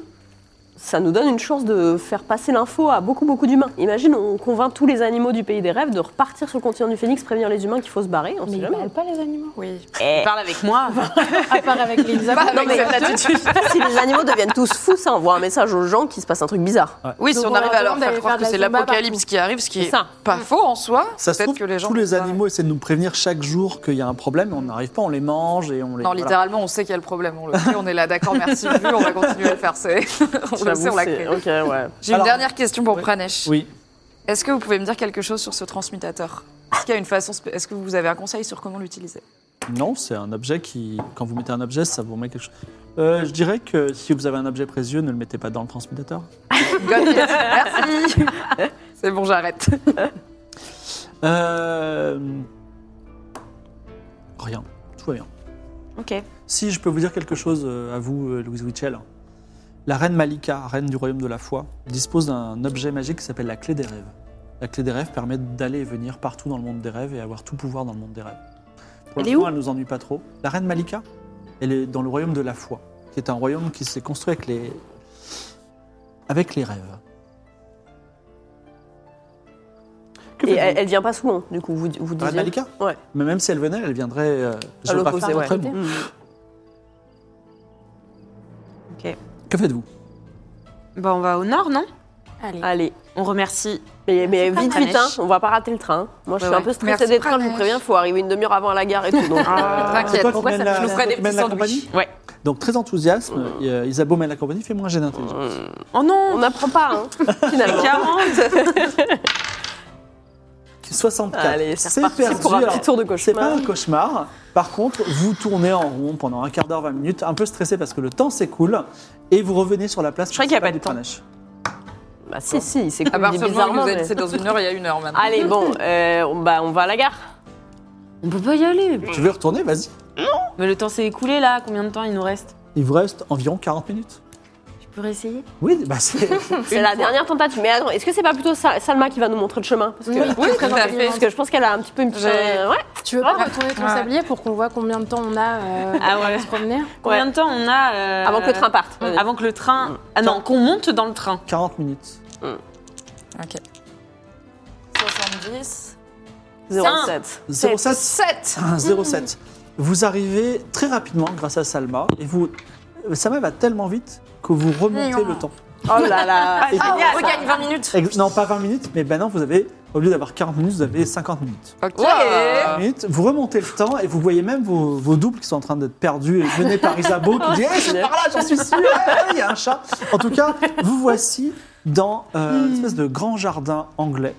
Speaker 2: ça nous donne une chance de faire passer l'info à beaucoup, beaucoup d'humains. Imagine, on convainc tous les animaux du pays des rêves de repartir sur le continent du phénix, prévenir les humains qu'il faut se barrer, on
Speaker 4: Mais
Speaker 2: sait
Speaker 4: ils
Speaker 2: jamais.
Speaker 4: parlent pas les animaux.
Speaker 3: Oui.
Speaker 5: Il
Speaker 2: bah,
Speaker 5: Parle avec moi.
Speaker 4: À part avec les Isabeaux.
Speaker 3: avec cette attitude.
Speaker 2: Eh, si les animaux deviennent tous fous, ça envoie un message aux gens qu'il se passe un truc bizarre.
Speaker 3: Oui,
Speaker 4: Donc
Speaker 3: si on
Speaker 4: on
Speaker 3: arrive à
Speaker 4: leur
Speaker 3: leur
Speaker 4: demande d'aller
Speaker 3: faire croire
Speaker 4: faire de
Speaker 3: que
Speaker 4: la
Speaker 3: c'est
Speaker 4: Zumba
Speaker 3: l'apocalypse
Speaker 4: partout.
Speaker 3: qui arrive, ce qui
Speaker 2: C'est
Speaker 3: est
Speaker 2: ça.
Speaker 3: pas faux en soi.
Speaker 1: Ça se
Speaker 3: Peut-être
Speaker 1: trouve,
Speaker 3: que les gens
Speaker 1: tous les
Speaker 3: vont pas-
Speaker 1: animaux essaient de nous prévenir chaque jour qu'il y a un problème. On n'arrive pas, on les mange et on les.
Speaker 3: Non,
Speaker 1: voilà.
Speaker 3: littéralement, on sait qu'il y a le problème. On le sait, on est là, d'accord, merci, vu, on va continuer à le faire. c'est- on le
Speaker 2: J'avoue,
Speaker 3: sait, on l'a
Speaker 2: c'est-
Speaker 3: créé.
Speaker 2: Ok, ouais.
Speaker 3: J'ai une
Speaker 1: Alors-
Speaker 3: dernière question pour
Speaker 1: Oui.
Speaker 3: Pranesh.
Speaker 1: Oui.
Speaker 3: Est-ce que vous pouvez me dire quelque chose sur ce transmutateur Est-ce qu'il y a une façon spé- Est-ce que vous avez un conseil sur comment l'utiliser
Speaker 1: Non, c'est un objet qui, quand vous mettez un objet, ça vous met quelque chose. Euh, je dirais que si vous avez un objet précieux, ne le mettez pas dans le transmutateur.
Speaker 3: God bless. Merci. C'est bon, j'arrête.
Speaker 1: Euh... Rien. Tout va bien.
Speaker 5: Ok.
Speaker 1: Si je peux vous dire quelque chose euh, à vous, euh, Louise Witchell, La reine Malika, reine du royaume de la foi, dispose d'un objet magique qui s'appelle la clé des rêves. La clé des rêves permet d'aller et venir partout dans le monde des rêves et avoir tout pouvoir dans le monde des rêves. Pour
Speaker 2: Elle est
Speaker 1: l'instant,
Speaker 2: où
Speaker 1: elle nous ennuie pas trop. La reine Malika, elle est dans le royaume de la foi, qui est un royaume qui s'est construit avec les, avec les rêves. Que
Speaker 2: Et
Speaker 1: faites-vous
Speaker 2: elle, elle vient pas souvent, du coup, vous, vous
Speaker 1: La reine
Speaker 2: disiez.
Speaker 1: Malika
Speaker 2: Ouais.
Speaker 1: Mais même si elle venait, elle viendrait euh,
Speaker 2: À
Speaker 1: géographiquement
Speaker 2: l'opposé, ouais.
Speaker 1: très loin.
Speaker 2: Mm.
Speaker 1: Que faites-vous
Speaker 5: Bah, on va au nord, non
Speaker 4: Allez.
Speaker 2: Allez,
Speaker 5: On remercie.
Speaker 2: mais, mais vite,
Speaker 5: Pranesh.
Speaker 2: vite, hein, on va pas rater le train. Moi, je suis
Speaker 5: Ouais,
Speaker 2: un
Speaker 5: ouais.
Speaker 2: peu stressée
Speaker 3: Merci,
Speaker 2: des trains, je vous
Speaker 3: Pranesh.
Speaker 2: préviens, faut arriver une demi-heure avant à la gare et tout. Donc, euh,
Speaker 3: T'inquiète,
Speaker 1: toi qui
Speaker 3: pourquoi
Speaker 1: mènes
Speaker 3: ça
Speaker 1: la-
Speaker 3: je nous ferai des
Speaker 1: qui mènes
Speaker 3: petits
Speaker 1: la
Speaker 3: sandwichs.
Speaker 5: Ouais.
Speaker 1: Donc très enthousiasme, et, euh, Isabeau mène la compagnie, fais-moi un jet d'intelligence.
Speaker 5: Oh non
Speaker 2: on n'apprend pas, hein, finalement.
Speaker 5: 40
Speaker 1: 64.
Speaker 2: Allez, c'est
Speaker 1: c'est
Speaker 2: reparti
Speaker 1: perdu.
Speaker 2: pour un
Speaker 1: Alors,
Speaker 2: petit tour de
Speaker 1: C'est pas
Speaker 2: cauchemar.
Speaker 1: un cauchemar. Par contre, vous tournez en rond pendant un quart d'heure, 20 minutes, un peu stressé parce que le temps s'écoule, et vous revenez sur la place.
Speaker 5: Je crois qu'il y a
Speaker 1: principale
Speaker 5: pas de
Speaker 1: du Pranesh.
Speaker 5: temps.
Speaker 2: Bah, si, si, c'est
Speaker 3: À
Speaker 2: cool,
Speaker 3: partir du moment où il
Speaker 2: bizarrement.
Speaker 3: nous a dit
Speaker 2: mais-
Speaker 3: c'est dans une heure, il y a une heure maintenant.
Speaker 2: Allez, bon, euh, on- bah, on va à la gare.
Speaker 5: On peut pas y aller.
Speaker 1: Tu veux retourner Vas-y.
Speaker 5: Mais le temps s'est écoulé là, combien de temps il nous reste
Speaker 1: Il vous reste environ 40 minutes.
Speaker 5: Je peux réessayer
Speaker 1: Oui, bah c'est.
Speaker 2: C'est la dernière tentative. Mais attends, est-ce que c'est pas plutôt Sa- Salma qui va nous montrer le chemin Parce que,
Speaker 4: Oui,
Speaker 3: Oui, tout à fait.
Speaker 2: parce que je pense qu'elle a un petit peu une petite.
Speaker 3: J'ai-
Speaker 2: euh, ouais.
Speaker 4: Tu veux pas
Speaker 3: Ouais.
Speaker 4: retourner ton
Speaker 3: Ouais.
Speaker 4: sablier pour qu'on voit combien de temps on a euh,
Speaker 5: Ah ouais.
Speaker 4: à se promener
Speaker 5: Combien de temps on a euh,
Speaker 2: Avant que le train parte. Vas-y.
Speaker 5: Avant que le train. Ah non, qu'on monte dans le train.
Speaker 1: 40 minutes.
Speaker 3: Ok. 70.
Speaker 2: 07.
Speaker 1: 07
Speaker 3: 7
Speaker 1: 07. Vous arrivez très rapidement grâce à Salma, et vous. Salma va tellement vite que vous remontez le temps.
Speaker 2: Oh là
Speaker 5: Ah,
Speaker 2: là.
Speaker 1: Et-
Speaker 3: Génial Regagne 20 minutes
Speaker 1: Ex- Non, pas 20 minutes, mais maintenant vous avez, au lieu d'avoir 40 minutes, vous avez 50 minutes.
Speaker 3: Ok
Speaker 1: minutes. Vous remontez le temps et vous voyez même vos, vos doubles qui sont en train d'être perdus et menés par Isabeau qui dit Hey, c'est par là, j'en suis sûr eh, Il y a un chat !» En tout cas, vous voici dans euh, une espèce de grand jardin anglais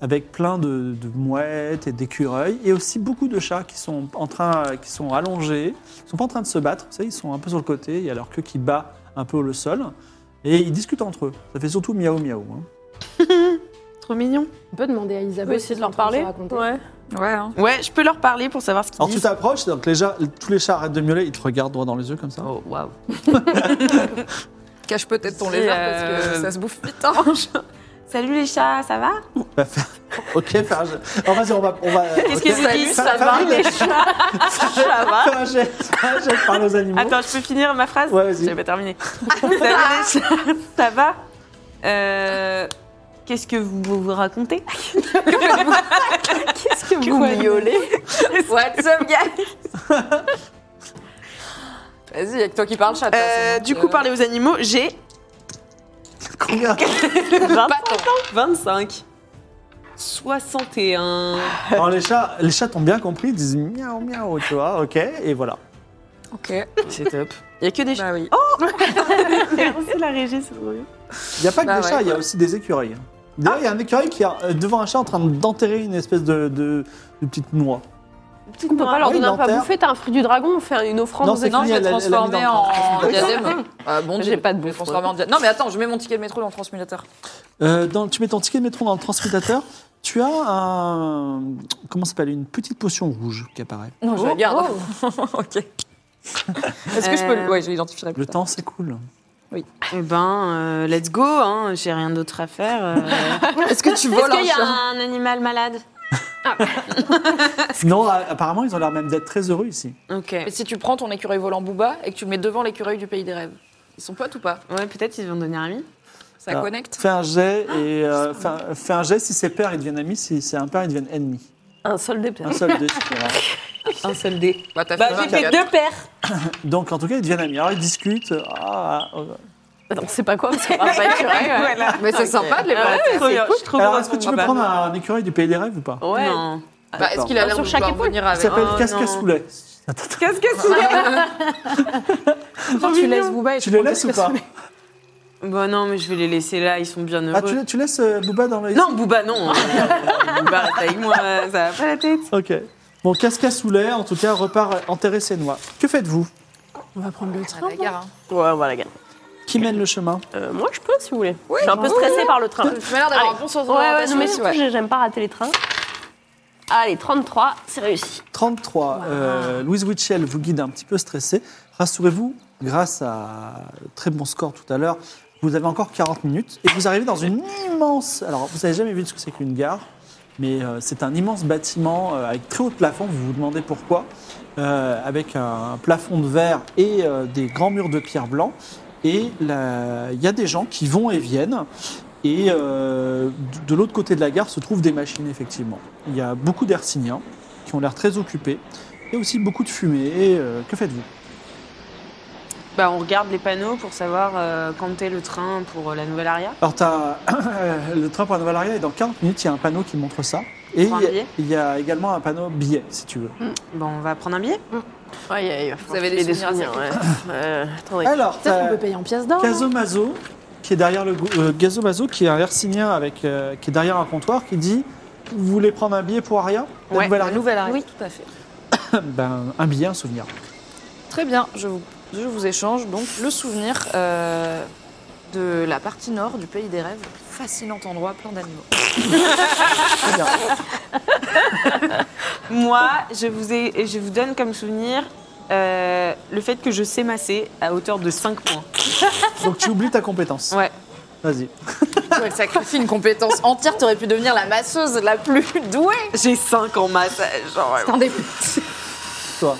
Speaker 1: avec plein de, de mouettes et d'écureuils et aussi beaucoup de chats qui sont en train, qui sont allongés, ils sont pas en train de se battre, vous savez, ils sont un peu sur le côté, il y a leur queue qui bat un peu le sol et ils discutent entre eux. Ça fait surtout miaou miaou. hein.
Speaker 5: Trop mignon.
Speaker 4: On peut demander à
Speaker 2: On
Speaker 4: Isabelle
Speaker 2: peut essayer de leur parler.
Speaker 4: raconter.
Speaker 2: Ouais.
Speaker 3: Ouais, hein.
Speaker 5: Ouais, je peux leur parler pour savoir ce qu'ils
Speaker 1: Alors tu
Speaker 5: disent.
Speaker 1: t'approches, donc les chats- tous les chats arrêtent de miauler, ils te regardent droit dans les yeux comme ça.
Speaker 5: Oh, waouh.
Speaker 3: Cache peut-être ton
Speaker 5: C'est,
Speaker 3: lézard parce que
Speaker 5: euh,
Speaker 3: ça se bouffe vite. hein.
Speaker 5: Salut les chats, ça va
Speaker 1: Bah, faire- Ok, faire un jet. Alors vas-y, on va. On va
Speaker 5: Qu'est-ce que vous dites
Speaker 1: ça va, les
Speaker 5: chats, ça va
Speaker 1: Faire un jet, faire un jet par nos animaux.
Speaker 5: Attends, je peux finir ma phrase
Speaker 1: Ouais, vas-y.
Speaker 5: J'avais pas terminé. Salut les chats, ça va Euh, Qu'est-ce que vous vous vous racontez
Speaker 2: Qu'est-ce que vous miaulez
Speaker 3: What's up, guys Vas-y, y'a que toi qui hein, parles, chat.
Speaker 5: Euh, Du coup, parler aux animaux, j'ai
Speaker 1: Combien
Speaker 5: 25. 61.
Speaker 1: Alors les chats, les chats t'ont bien compris, ils disent miaou miaou, tu vois, ok, et voilà.
Speaker 3: Ok.
Speaker 5: C'est top. Il y a que des chats.
Speaker 3: Bah oui.
Speaker 5: Merci la régie, c'est trop bien.
Speaker 1: Il n'y a pas que
Speaker 3: Bah
Speaker 1: des
Speaker 3: ouais.
Speaker 1: chats, il y a aussi des écureuils. D'ailleurs, il y a un écureuil qui est euh, devant un chat en train d'enterrer une espèce de, de, de petite noix.
Speaker 2: On peut pas leur
Speaker 1: Oui,
Speaker 2: donner un peu à
Speaker 1: dentaire.
Speaker 2: bouffer. T'as un fruit du dragon, on fait une offrande.
Speaker 1: Non, c'est
Speaker 3: Non, je
Speaker 1: Elle l'a-
Speaker 3: vais
Speaker 1: elle
Speaker 3: transformer
Speaker 1: l'a mis dans le
Speaker 3: en
Speaker 1: transmuteur.
Speaker 3: diadème. Ah,
Speaker 2: J'ai
Speaker 3: bon Dieu.
Speaker 2: pas de
Speaker 3: Je vais
Speaker 2: bouffe,
Speaker 3: transformer en diadème. Non, mais attends, je mets mon ticket de métro dans le transmutateur.
Speaker 1: Euh, dans- tu mets ton ticket de métro dans le transmutateur, tu as un. Comment ça s'appelle Une petite potion rouge qui apparaît.
Speaker 3: Non, je la garde. Oh, ok. Est-ce que je peux
Speaker 5: Euh,
Speaker 3: le. Ouais, je l'identifierai plus
Speaker 1: Le
Speaker 3: tard.
Speaker 1: temps s'écoule.
Speaker 5: Eh ben, euh, let's go, hein. j'ai rien d'autre à faire. euh.
Speaker 3: Est-ce que tu
Speaker 5: Est-ce
Speaker 3: voles
Speaker 5: qu'il y
Speaker 3: un
Speaker 5: a
Speaker 3: chat
Speaker 5: un animal malade
Speaker 1: Non, a- apparemment, ils ont l'air même d'être très heureux ici.
Speaker 5: Ok.
Speaker 3: Mais si tu prends ton écureuil volant Booba et que tu le mets devant l'écureuil du pays des rêves, ils sont potes ou pas
Speaker 5: Ouais, peut-être ils vont devenir amis.
Speaker 3: Ça
Speaker 1: Ah.
Speaker 3: connecte
Speaker 1: Fais un jet et euh, fais, un- fais un jet si c'est père, ils deviennent amis. Si c'est un père, ils deviennent ennemis.
Speaker 2: Un seul des pierres.
Speaker 1: Un seul des voilà.
Speaker 5: Un seul dé.
Speaker 3: Bah, t'as
Speaker 5: Bah, j'ai fait
Speaker 3: 24.
Speaker 5: deux paires.
Speaker 1: Donc en tout cas, ils deviennent amis. Alors ils discutent. Ah, ah, ah.
Speaker 2: Attends, c'est pas quoi parce qu'on va pas être sûr, ouais, ouais.
Speaker 5: Voilà.
Speaker 3: Mais c'est sympa de les voir.
Speaker 5: c'est trop bien. Je suis trop
Speaker 1: Alors
Speaker 5: contente
Speaker 1: est-ce que
Speaker 5: qu'on
Speaker 1: tu peux
Speaker 5: voit
Speaker 1: prendre
Speaker 5: pas.
Speaker 1: un écureuil du pays des rêves ou pas
Speaker 5: Ah bah Ouais.
Speaker 2: Ouais.
Speaker 5: Non.
Speaker 3: Bah, Est-ce qu'il a l'air
Speaker 2: Sur
Speaker 3: de
Speaker 2: chaque
Speaker 3: vouloir
Speaker 2: épaule.
Speaker 3: venir
Speaker 1: Il
Speaker 3: avec
Speaker 1: s'appelle
Speaker 5: non.
Speaker 1: Cascassoulet.
Speaker 5: Qu'est-ce que c'est
Speaker 2: Tu laisses Booba et
Speaker 1: Tu le laisses ou pas
Speaker 5: Bon, Bah non, mais je vais les laisser là, ils sont bien heureux.
Speaker 1: Ah, tu, tu laisses euh, Booba dans le.
Speaker 5: Non, Booba, non. Euh, Booba, reste avec moi, ça va pas la tête.
Speaker 1: Ok. Bon, Cascassoulet, en tout cas, repart euh, enterrer ses noix. Que faites-vous
Speaker 4: On va prendre le train.
Speaker 2: Ouais, voilà, gars.
Speaker 1: Qui mène le chemin
Speaker 2: Euh, Moi, je peux si vous voulez. Je suis un peu stressée par le train.
Speaker 3: Euh, Tu m'as l'air d'avoir un bon sens de
Speaker 2: Ouais, ouais, non,
Speaker 3: l'orientation.
Speaker 2: mais surtout, j'ai- j'aime pas rater les trains. Allez, 33, c'est réussi.
Speaker 1: 33. euh, Louise Witchell vous guide un petit peu stressée. Rassurez-vous, grâce à très bon score tout à l'heure, vous avez encore 40 minutes et vous arrivez dans une immense. Alors, vous n'avez jamais vu ce que c'est qu'une gare, mais euh, c'est un immense bâtiment euh, avec très haut de plafond. Vous vous demandez pourquoi, euh, avec un, plafond de verre et euh, des grands murs de pierre blanc. Et là, il y a des gens qui vont et viennent. Et euh, de- de l'autre côté de la gare se trouvent des machines, effectivement. Il y a beaucoup d'Erciniens qui ont l'air très occupés et aussi beaucoup de fumée. Euh, que faites-vous
Speaker 5: Bah, on regarde les panneaux pour savoir euh, quand est le train pour euh, la nouvelle aria.
Speaker 1: Alors, t'as le train pour la Nouvelle-Aria et dans 40 minutes, il y a un panneau qui montre ça. Et
Speaker 5: Pour un
Speaker 1: il y a-
Speaker 5: billet
Speaker 1: il y, a également un panneau billet, si tu veux.
Speaker 5: Bon, on va prendre un billet.
Speaker 2: Aïe, aïe,
Speaker 3: Vous avez des souvenirs,
Speaker 2: ouais. Euh, attendez.
Speaker 1: Alors,
Speaker 4: Peut-être qu'on
Speaker 1: t'as
Speaker 4: peut payer en pièces
Speaker 5: hein.
Speaker 4: d'or. non
Speaker 1: Casomazo, qui est derrière le gou- euh, Gazomazo, qui est un Ersinien avec, euh, qui est derrière un comptoir, qui dit Vous voulez prendre un billet pour Aria La
Speaker 5: Ouais,
Speaker 1: Nouvelle
Speaker 5: la
Speaker 1: Aria
Speaker 5: nouvelle aria.
Speaker 6: Oui, tout à fait.
Speaker 1: Ben, Un billet, un souvenir.
Speaker 6: Très bien, je vous, je vous échange donc le souvenir euh, de la partie nord du pays des rêves. Fascinant endroit, plein d'animaux.
Speaker 1: Très bien.
Speaker 5: Moi, je vous, ai, je vous donne comme souvenir euh, le fait que je sais masser à hauteur de 5 points.
Speaker 1: Donc, tu oublies ta compétence.
Speaker 5: Ouais.
Speaker 1: Vas-y.
Speaker 3: Tu aurais sacrifié une compétence entière, t'aurais pu devenir la masseuse la plus douée.
Speaker 5: J'ai 5 en masse. Genre, ouais.
Speaker 6: Attendez,
Speaker 1: Toi.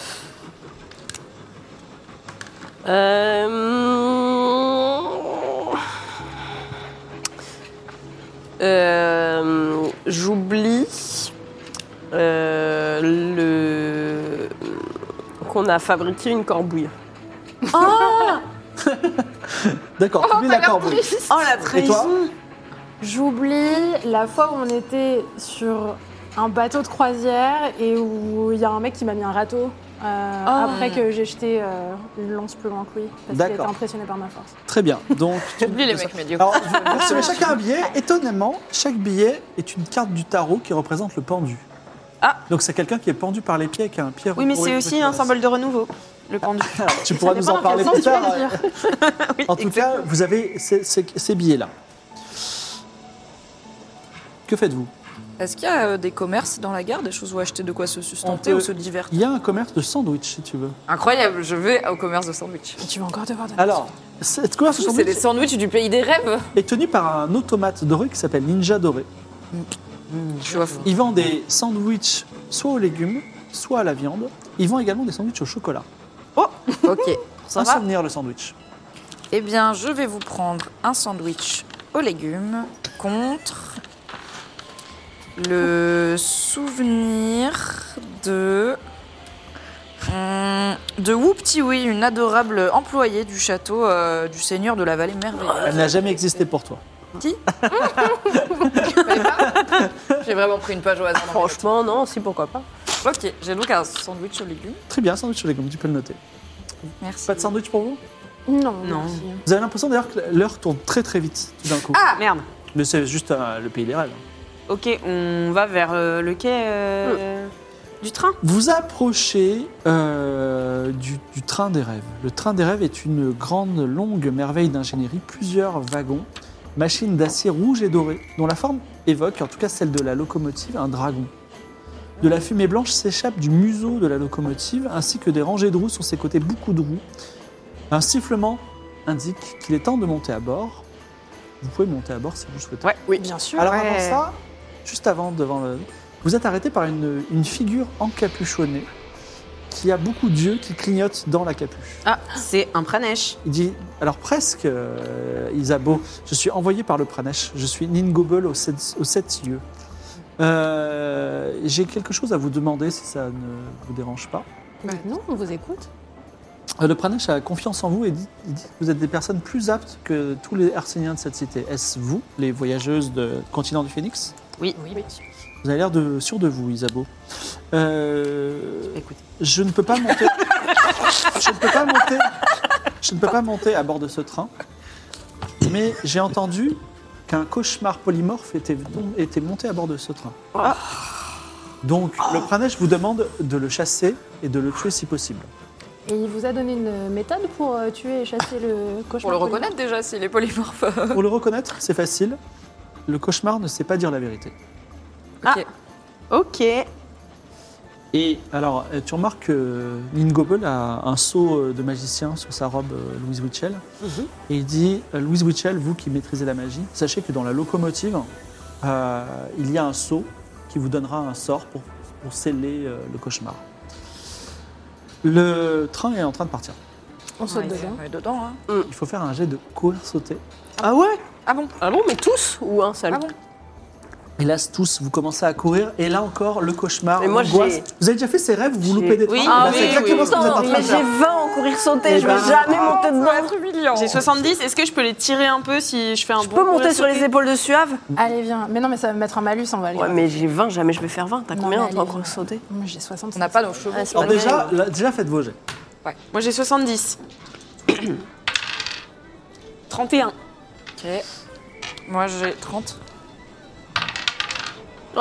Speaker 2: Euh... euh, J'oublie euh, le qu'on a fabriqué une corbouille.
Speaker 1: D'accord, tu oublies la corbouille.
Speaker 5: Oh la
Speaker 1: Et toi
Speaker 5: trahison
Speaker 4: Ah. J'oublie la fois où on était sur un bateau de croisière et où il y a un mec qui m'a mis un râteau euh, après que j'ai jeté euh, une lance plus loin que lui parce qu'il était
Speaker 1: D'accord.
Speaker 4: impressionné par ma force.
Speaker 1: Très bien. Donc, tu
Speaker 3: Oublie les mecs médiocres.
Speaker 1: Alors, vous recevez chacun un billet. Étonnamment, chaque billet est une carte du tarot qui représente le pendu.
Speaker 5: Ah.
Speaker 1: Donc c'est quelqu'un qui est pendu par les pieds avec un pierre.
Speaker 5: Oui, mais c'est aussi un symbole de renouveau, le pendu.
Speaker 1: Alors, tu pourras
Speaker 5: Ça
Speaker 1: nous
Speaker 5: dépend
Speaker 1: en parler
Speaker 5: dans
Speaker 1: plus
Speaker 5: quel
Speaker 1: tard.
Speaker 5: sens tu vas le dire. Oui,
Speaker 1: En tout
Speaker 5: exact.
Speaker 1: cas, vous avez ces, ces- ces billets-là. Que faites-vous
Speaker 6: est-ce qu'il y a euh, des commerces dans la gare, des choses où acheter de quoi se sustenter
Speaker 1: On peut-
Speaker 6: ou se divertir
Speaker 1: Il y a un commerce de sandwich, si tu veux.
Speaker 3: Incroyable, je vais au commerce de sandwich.
Speaker 4: Tu vas encore devoir donner.
Speaker 1: Alors, ce commerce de
Speaker 3: C'est des
Speaker 1: sandwich
Speaker 3: sandwichs du pays des rêves.
Speaker 1: est tenu par un automate doré qui s'appelle Ninja Doré.
Speaker 3: Je suis à fond.
Speaker 1: Il vend des sandwichs soit aux légumes, soit à la viande. Il vend également des sandwichs au chocolat.
Speaker 5: Oh,
Speaker 6: Ok, ça
Speaker 1: un
Speaker 6: va
Speaker 1: souvenir, le sandwich.
Speaker 6: Eh bien, je vais vous prendre un sandwich aux légumes contre le souvenir de. Hum, de Whooptiwi, une adorable employée du château euh, du seigneur de la vallée merveilleuse.
Speaker 1: Elle n'a jamais existé pour toi.
Speaker 3: J'ai vraiment pris une page au hasard. dans mes notes.
Speaker 2: Franchement, non, si pourquoi pas.
Speaker 6: Ok, j'ai donc un sandwich aux légumes.
Speaker 1: Très bien, sandwich aux légumes, tu peux le noter.
Speaker 6: Merci.
Speaker 1: Pas de sandwich pour vous
Speaker 4: Non,
Speaker 5: Non.
Speaker 4: merci.
Speaker 1: Vous avez l'impression d'ailleurs que l'heure tourne très très vite tout d'un coup.
Speaker 5: Ah merde.
Speaker 1: Mais c'est juste euh, le pays des rêves.
Speaker 5: Ok, on va vers euh, le quai euh, du train.
Speaker 1: Vous approchez euh, du, du train des rêves. Le train des rêves est une grande, longue merveille d'ingénierie, plusieurs wagons, machines d'acier rouge et doré, dont la forme évoque, en tout cas celle de la locomotive, un dragon. De la fumée blanche s'échappe du museau de la locomotive, ainsi que des rangées de roues sur ses côtés, beaucoup de roues. Un sifflement indique qu'il est temps de monter à bord. Vous pouvez monter à bord si vous le souhaitez.
Speaker 5: Oui.
Speaker 4: Bien sûr.
Speaker 1: Alors avant
Speaker 5: Ouais.
Speaker 1: ça, juste avant, devant le... Vous êtes arrêté par une, une figure encapuchonnée qui a beaucoup d'yeux qui clignotent dans la capuche.
Speaker 5: Ah, c'est un pranèche.
Speaker 1: Il dit, alors presque, euh, Isabeau, je suis envoyé par le Pranesh, je suis Ningobel aux sept, aux sept yeux. Euh, J'ai quelque chose à vous demander si ça ne vous dérange pas.
Speaker 4: Mais non, on vous écoute.
Speaker 1: Euh, Le Pranesh a confiance en vous et dit, il dit que vous êtes des personnes plus aptes que tous les Arseniens de cette cité. Est-ce vous, les voyageuses du continent du Phénix
Speaker 4: Oui,
Speaker 1: Vous avez l'air de, sûr de vous, Isabeau. Euh,
Speaker 5: Écoute.
Speaker 1: je ne peux pas monter. je ne peux pas monter. Je ne peux pas monter à bord de ce train. Mais j'ai entendu qu'un cauchemar polymorphe était, était monté à bord de ce train.
Speaker 4: Oh.
Speaker 1: Ah. Donc, le Pranesh vous demande de le chasser et de le tuer si possible.
Speaker 4: Et il vous a donné une méthode pour euh, tuer et chasser le cochon.
Speaker 3: Pour le reconnaître déjà, s'il est polymorphe.
Speaker 1: Pour le reconnaître, c'est facile. Le cauchemar ne sait pas dire la vérité.
Speaker 5: Ok.
Speaker 1: Et alors, euh, tu remarques que Ningobel a un sceau euh, de magicien sur sa robe euh, Louise Witchell. Et il dit euh, Louise Witchell, vous qui maîtrisez la magie, sachez que dans la locomotive, euh, il y a un sceau qui vous donnera un sort pour, pour sceller euh, le cauchemar. Le train est en train de partir.
Speaker 4: On saute dedans.
Speaker 6: On est dedans, hein.
Speaker 1: Il faut faire un jet de courir sauter.
Speaker 6: Ah ouais Ah bon
Speaker 2: Ah bon, mais tous ou un seul
Speaker 6: Ah bon
Speaker 1: Hélas, tous, vous commencez à courir. Et là encore, le cauchemar,
Speaker 2: Mais moi,
Speaker 1: l'angoisse.
Speaker 2: j'ai-
Speaker 1: Vous avez déjà fait ces rêves où vous
Speaker 2: J'ai-
Speaker 1: loupez des trains
Speaker 5: Oui,
Speaker 1: Bah,
Speaker 5: ah
Speaker 1: C'est
Speaker 5: oui,
Speaker 1: exactement
Speaker 5: oui.
Speaker 1: ce que vous êtes en train
Speaker 2: mais
Speaker 1: de
Speaker 2: j'ai
Speaker 1: faire.
Speaker 2: 20 en courir sauter,
Speaker 1: Eh
Speaker 2: je vais
Speaker 1: ben-
Speaker 2: jamais monter
Speaker 6: Ah,
Speaker 2: dedans.
Speaker 5: J'ai 70. Est-ce que je peux les tirer un peu si je fais un
Speaker 6: Je
Speaker 5: bon
Speaker 6: peux
Speaker 5: courir
Speaker 6: monter sur les
Speaker 5: sauter
Speaker 6: épaules de Suave
Speaker 4: Allez, viens. Mais non, mais ça va me mettre un malus, on va aller.
Speaker 2: Ouais, mais j'ai 20, jamais je vais faire 20. T'as
Speaker 4: Non,
Speaker 2: combien
Speaker 4: mais
Speaker 2: en train de
Speaker 4: allez,
Speaker 2: courir sauter
Speaker 4: Moi, J'ai 60.
Speaker 3: On n'a pas nos cheveux.
Speaker 2: Ouais, c'est
Speaker 1: Alors
Speaker 2: pas
Speaker 1: déjà,
Speaker 2: grave.
Speaker 1: là, déjà, faites vos jets.
Speaker 5: Moi j'ai 70. 31.
Speaker 6: Ok. Moi j'ai 30.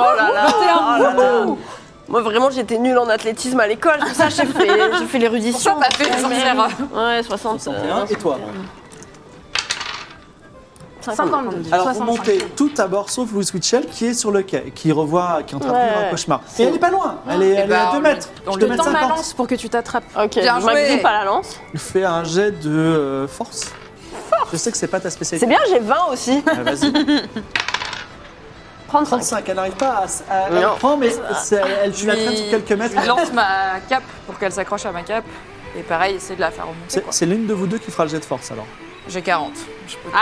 Speaker 2: Oh là là, oh là là. Moi vraiment j'étais nulle en athlétisme à l'école, c'est ça j'ai fait, j'ai fait l'érudition.
Speaker 3: Pourquoi t'as fait les sorcières
Speaker 2: Ouais, euh, 60.
Speaker 1: 61, Hein, et toi
Speaker 4: 52.
Speaker 1: Alors, vous
Speaker 4: 65.
Speaker 1: montez tout à bord, sauf Louis Witchell, qui est sur le quai, qui revoit, qui est en train de vivre un
Speaker 2: Ouais.
Speaker 1: cauchemar. Et elle est pas loin, elle est, elle est
Speaker 3: bah,
Speaker 1: à
Speaker 3: on
Speaker 1: 2
Speaker 3: lui-
Speaker 1: mètres.
Speaker 3: on
Speaker 1: Je
Speaker 3: lui
Speaker 1: te
Speaker 4: Je
Speaker 1: mets
Speaker 4: tends ma
Speaker 1: 50.
Speaker 4: lance pour que tu t'attrapes.
Speaker 2: Ok,
Speaker 6: Bien
Speaker 2: je m'agrippe
Speaker 6: joué.
Speaker 2: à la lance.
Speaker 1: Fais un jet de euh, force. Je sais que c'est pas ta
Speaker 2: C'est
Speaker 1: spécialité.
Speaker 2: bien, j'ai 20 aussi.
Speaker 1: Ah, Vas-y.
Speaker 2: 35.
Speaker 1: 35, elle n'arrive pas à. s- à- elle
Speaker 2: Non.
Speaker 1: prend, mais c'est- elle, tu la traînes sur quelques mètres.
Speaker 3: Je lui lance ma cape pour qu'elle s'accroche à ma cape. Et pareil, essayer de la faire remonter.
Speaker 1: C'est-
Speaker 3: quoi.
Speaker 1: C'est l'une de vous deux qui fera le jet de force alors.
Speaker 3: J'ai 40.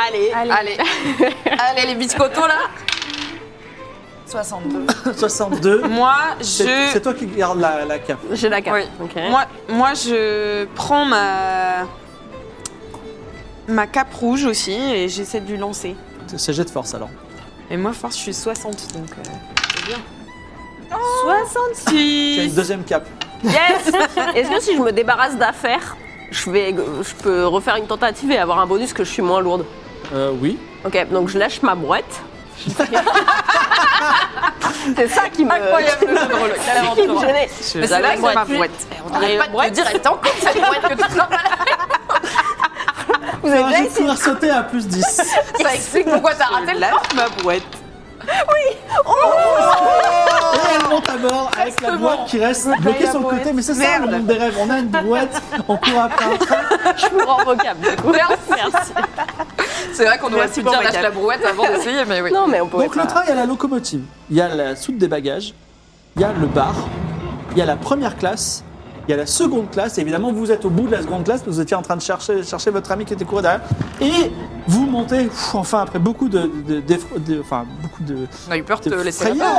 Speaker 5: Allez.
Speaker 4: Allez.
Speaker 3: Allez, allez les biscottos là 62.
Speaker 1: 62.
Speaker 5: Moi
Speaker 1: C'est
Speaker 5: je
Speaker 1: c'est toi qui garde la, la cape.
Speaker 2: J'ai la carte.
Speaker 5: Oui.
Speaker 2: Ok.
Speaker 5: moi, moi je prends ma ma cape rouge aussi et j'essaie de lui lancer.
Speaker 1: C'est jet de force alors.
Speaker 5: Et moi force je suis 60 donc euh, c'est bien. 66
Speaker 1: Tu as une deuxième cape.
Speaker 2: Yes Est-ce que si je me débarrasse d'affaires, je, vais, je peux refaire une tentative et avoir un bonus que je suis moins lourde
Speaker 1: Euh, oui.
Speaker 2: Ok, donc je lâche ma brouette. c'est ça qui me...
Speaker 3: Incroyable le jeu de rôle. Elle a
Speaker 2: qui me
Speaker 3: vraiment trop
Speaker 2: gênait.
Speaker 3: Mais c'est
Speaker 2: la
Speaker 3: là que c'est ma
Speaker 2: brouette.
Speaker 3: brouette. On n'arrête pas de te dire, elle est en cours cette brouette que tu traînes.
Speaker 2: Vous
Speaker 1: Fais
Speaker 2: avez
Speaker 1: un
Speaker 2: déjà
Speaker 1: jet de
Speaker 2: essayé
Speaker 1: courir Ah, sauter à plus 10.
Speaker 3: Ça explique pourquoi t'as raté le
Speaker 5: Lâche ma brouette.
Speaker 1: Et elle monte à bord avec la boîte qui reste bloquée sur le côté. Mais c'est ça le monde des rêves. On a une boîte, on court après un train.
Speaker 2: Je me rends vocable, du coup. Merci.
Speaker 3: C'est vrai qu'on aurait pu
Speaker 5: pour
Speaker 3: dire
Speaker 5: ma
Speaker 3: lâche la brouette avant d'essayer, mais oui.
Speaker 2: Non, mais on peut
Speaker 1: Donc le train, il y a la locomotive, il y a la soute des bagages, il y a le bar, il y a la première classe, il y a la seconde classe. Et évidemment, vous êtes au bout de la seconde classe, vous étiez en train de chercher, chercher votre ami qui était couru derrière. Et vous montez, pff, enfin, après beaucoup de, de- d'eff- de- enfin, beaucoup de,
Speaker 3: On a eu peur de te
Speaker 1: de
Speaker 3: laisser hein. la part.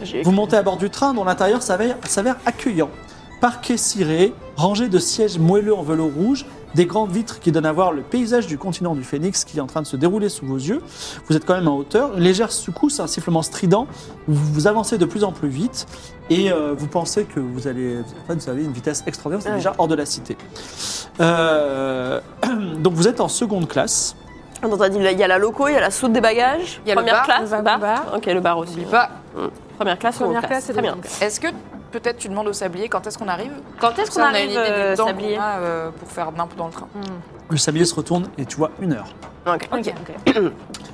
Speaker 1: frayeur. Vous montez à bord du train dont l'intérieur s'avère s'avère accueillant. Parquet ciré, rangée de sièges moelleux en velours rouge, des grandes vitres qui donnent à voir le paysage du continent du Phénix qui est en train de se dérouler sous vos yeux. Vous êtes quand même en hauteur. Une légère secousse, un sifflement strident. Vous, vous avancez de plus en plus vite et euh, vous pensez que vous allez, en fait, vous avez une vitesse extraordinaire. Vous êtes
Speaker 2: Ouais.
Speaker 1: déjà hors de la cité. Euh, donc vous êtes en seconde classe.
Speaker 2: Attends, t'as dit, il y a la loco, il y a la soute des bagages.
Speaker 3: Il y a le
Speaker 2: première
Speaker 3: bar,
Speaker 2: classe,
Speaker 4: le wagon bar.
Speaker 2: Ok, le bar aussi.
Speaker 3: N'oublie pas,
Speaker 2: Première classe,
Speaker 4: Première
Speaker 2: seconde
Speaker 4: classe, c'est
Speaker 2: Très bien.
Speaker 3: Bah, est-ce que peut-être tu demandes au sablier quand est-ce qu'on arrive
Speaker 5: Quand est-ce qu'on
Speaker 3: Ça, on a une
Speaker 5: arrive
Speaker 3: idée
Speaker 5: euh,
Speaker 3: du temps
Speaker 5: sablier
Speaker 3: qu'on a, euh, pour faire n'importe dans le train.
Speaker 1: Le sablier se retourne et tu vois une heure.
Speaker 2: Ok.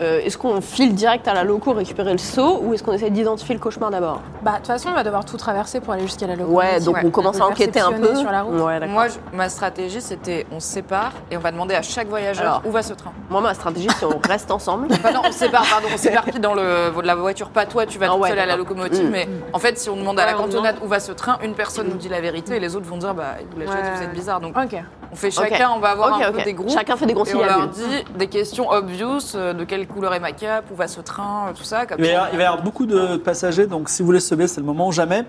Speaker 2: Euh, est-ce qu'on file direct à la loco récupérer le seau ou est-ce qu'on essaie d'identifier le cauchemar d'abord
Speaker 4: Bah, de toute façon, on va devoir tout traverser pour aller jusqu'à la locomotive.
Speaker 2: Ouais, donc
Speaker 3: ouais.
Speaker 2: on commence à
Speaker 4: On peut
Speaker 2: enquêter un peu.
Speaker 4: perceptionner sur la route.
Speaker 2: Ouais, d'accord.
Speaker 3: Moi, je- ma stratégie, c'était on se sépare et on va demander à chaque voyageur
Speaker 2: Alors.
Speaker 3: où va ce train.
Speaker 2: Moi, ma stratégie, c'est on reste ensemble.
Speaker 3: Enfin, non, on se sépare, pardon, on s'éparpille dans le, de la voiture. Pas toi, tu vas
Speaker 2: Ah
Speaker 3: tout
Speaker 2: ouais,
Speaker 3: seul à la
Speaker 2: d'accord.
Speaker 3: locomotive,
Speaker 2: Mm.
Speaker 3: mais en fait, si on demande à la
Speaker 5: Ouais, on
Speaker 3: cantonade où va ce train, une personne nous dit la vérité et les autres vont dire bah, la chose,
Speaker 5: Ouais.
Speaker 3: vous êtes bizarre. Donc,
Speaker 4: Ok.
Speaker 3: on fait
Speaker 2: Ok.
Speaker 3: chacun, on va avoir
Speaker 2: Ok,
Speaker 3: un
Speaker 2: ok.
Speaker 3: peu des groupes.
Speaker 2: Chacun fait des
Speaker 3: Et on leur
Speaker 2: conciliables.
Speaker 3: dit des questions obvious, euh, de quelle couleur est ma cape, où va ce train, euh, tout ça. Comme
Speaker 1: Il va, y
Speaker 3: ça.
Speaker 1: avoir, il va y avoir beaucoup de passagers, donc si vous voulez se lever, c'est le moment ou jamais.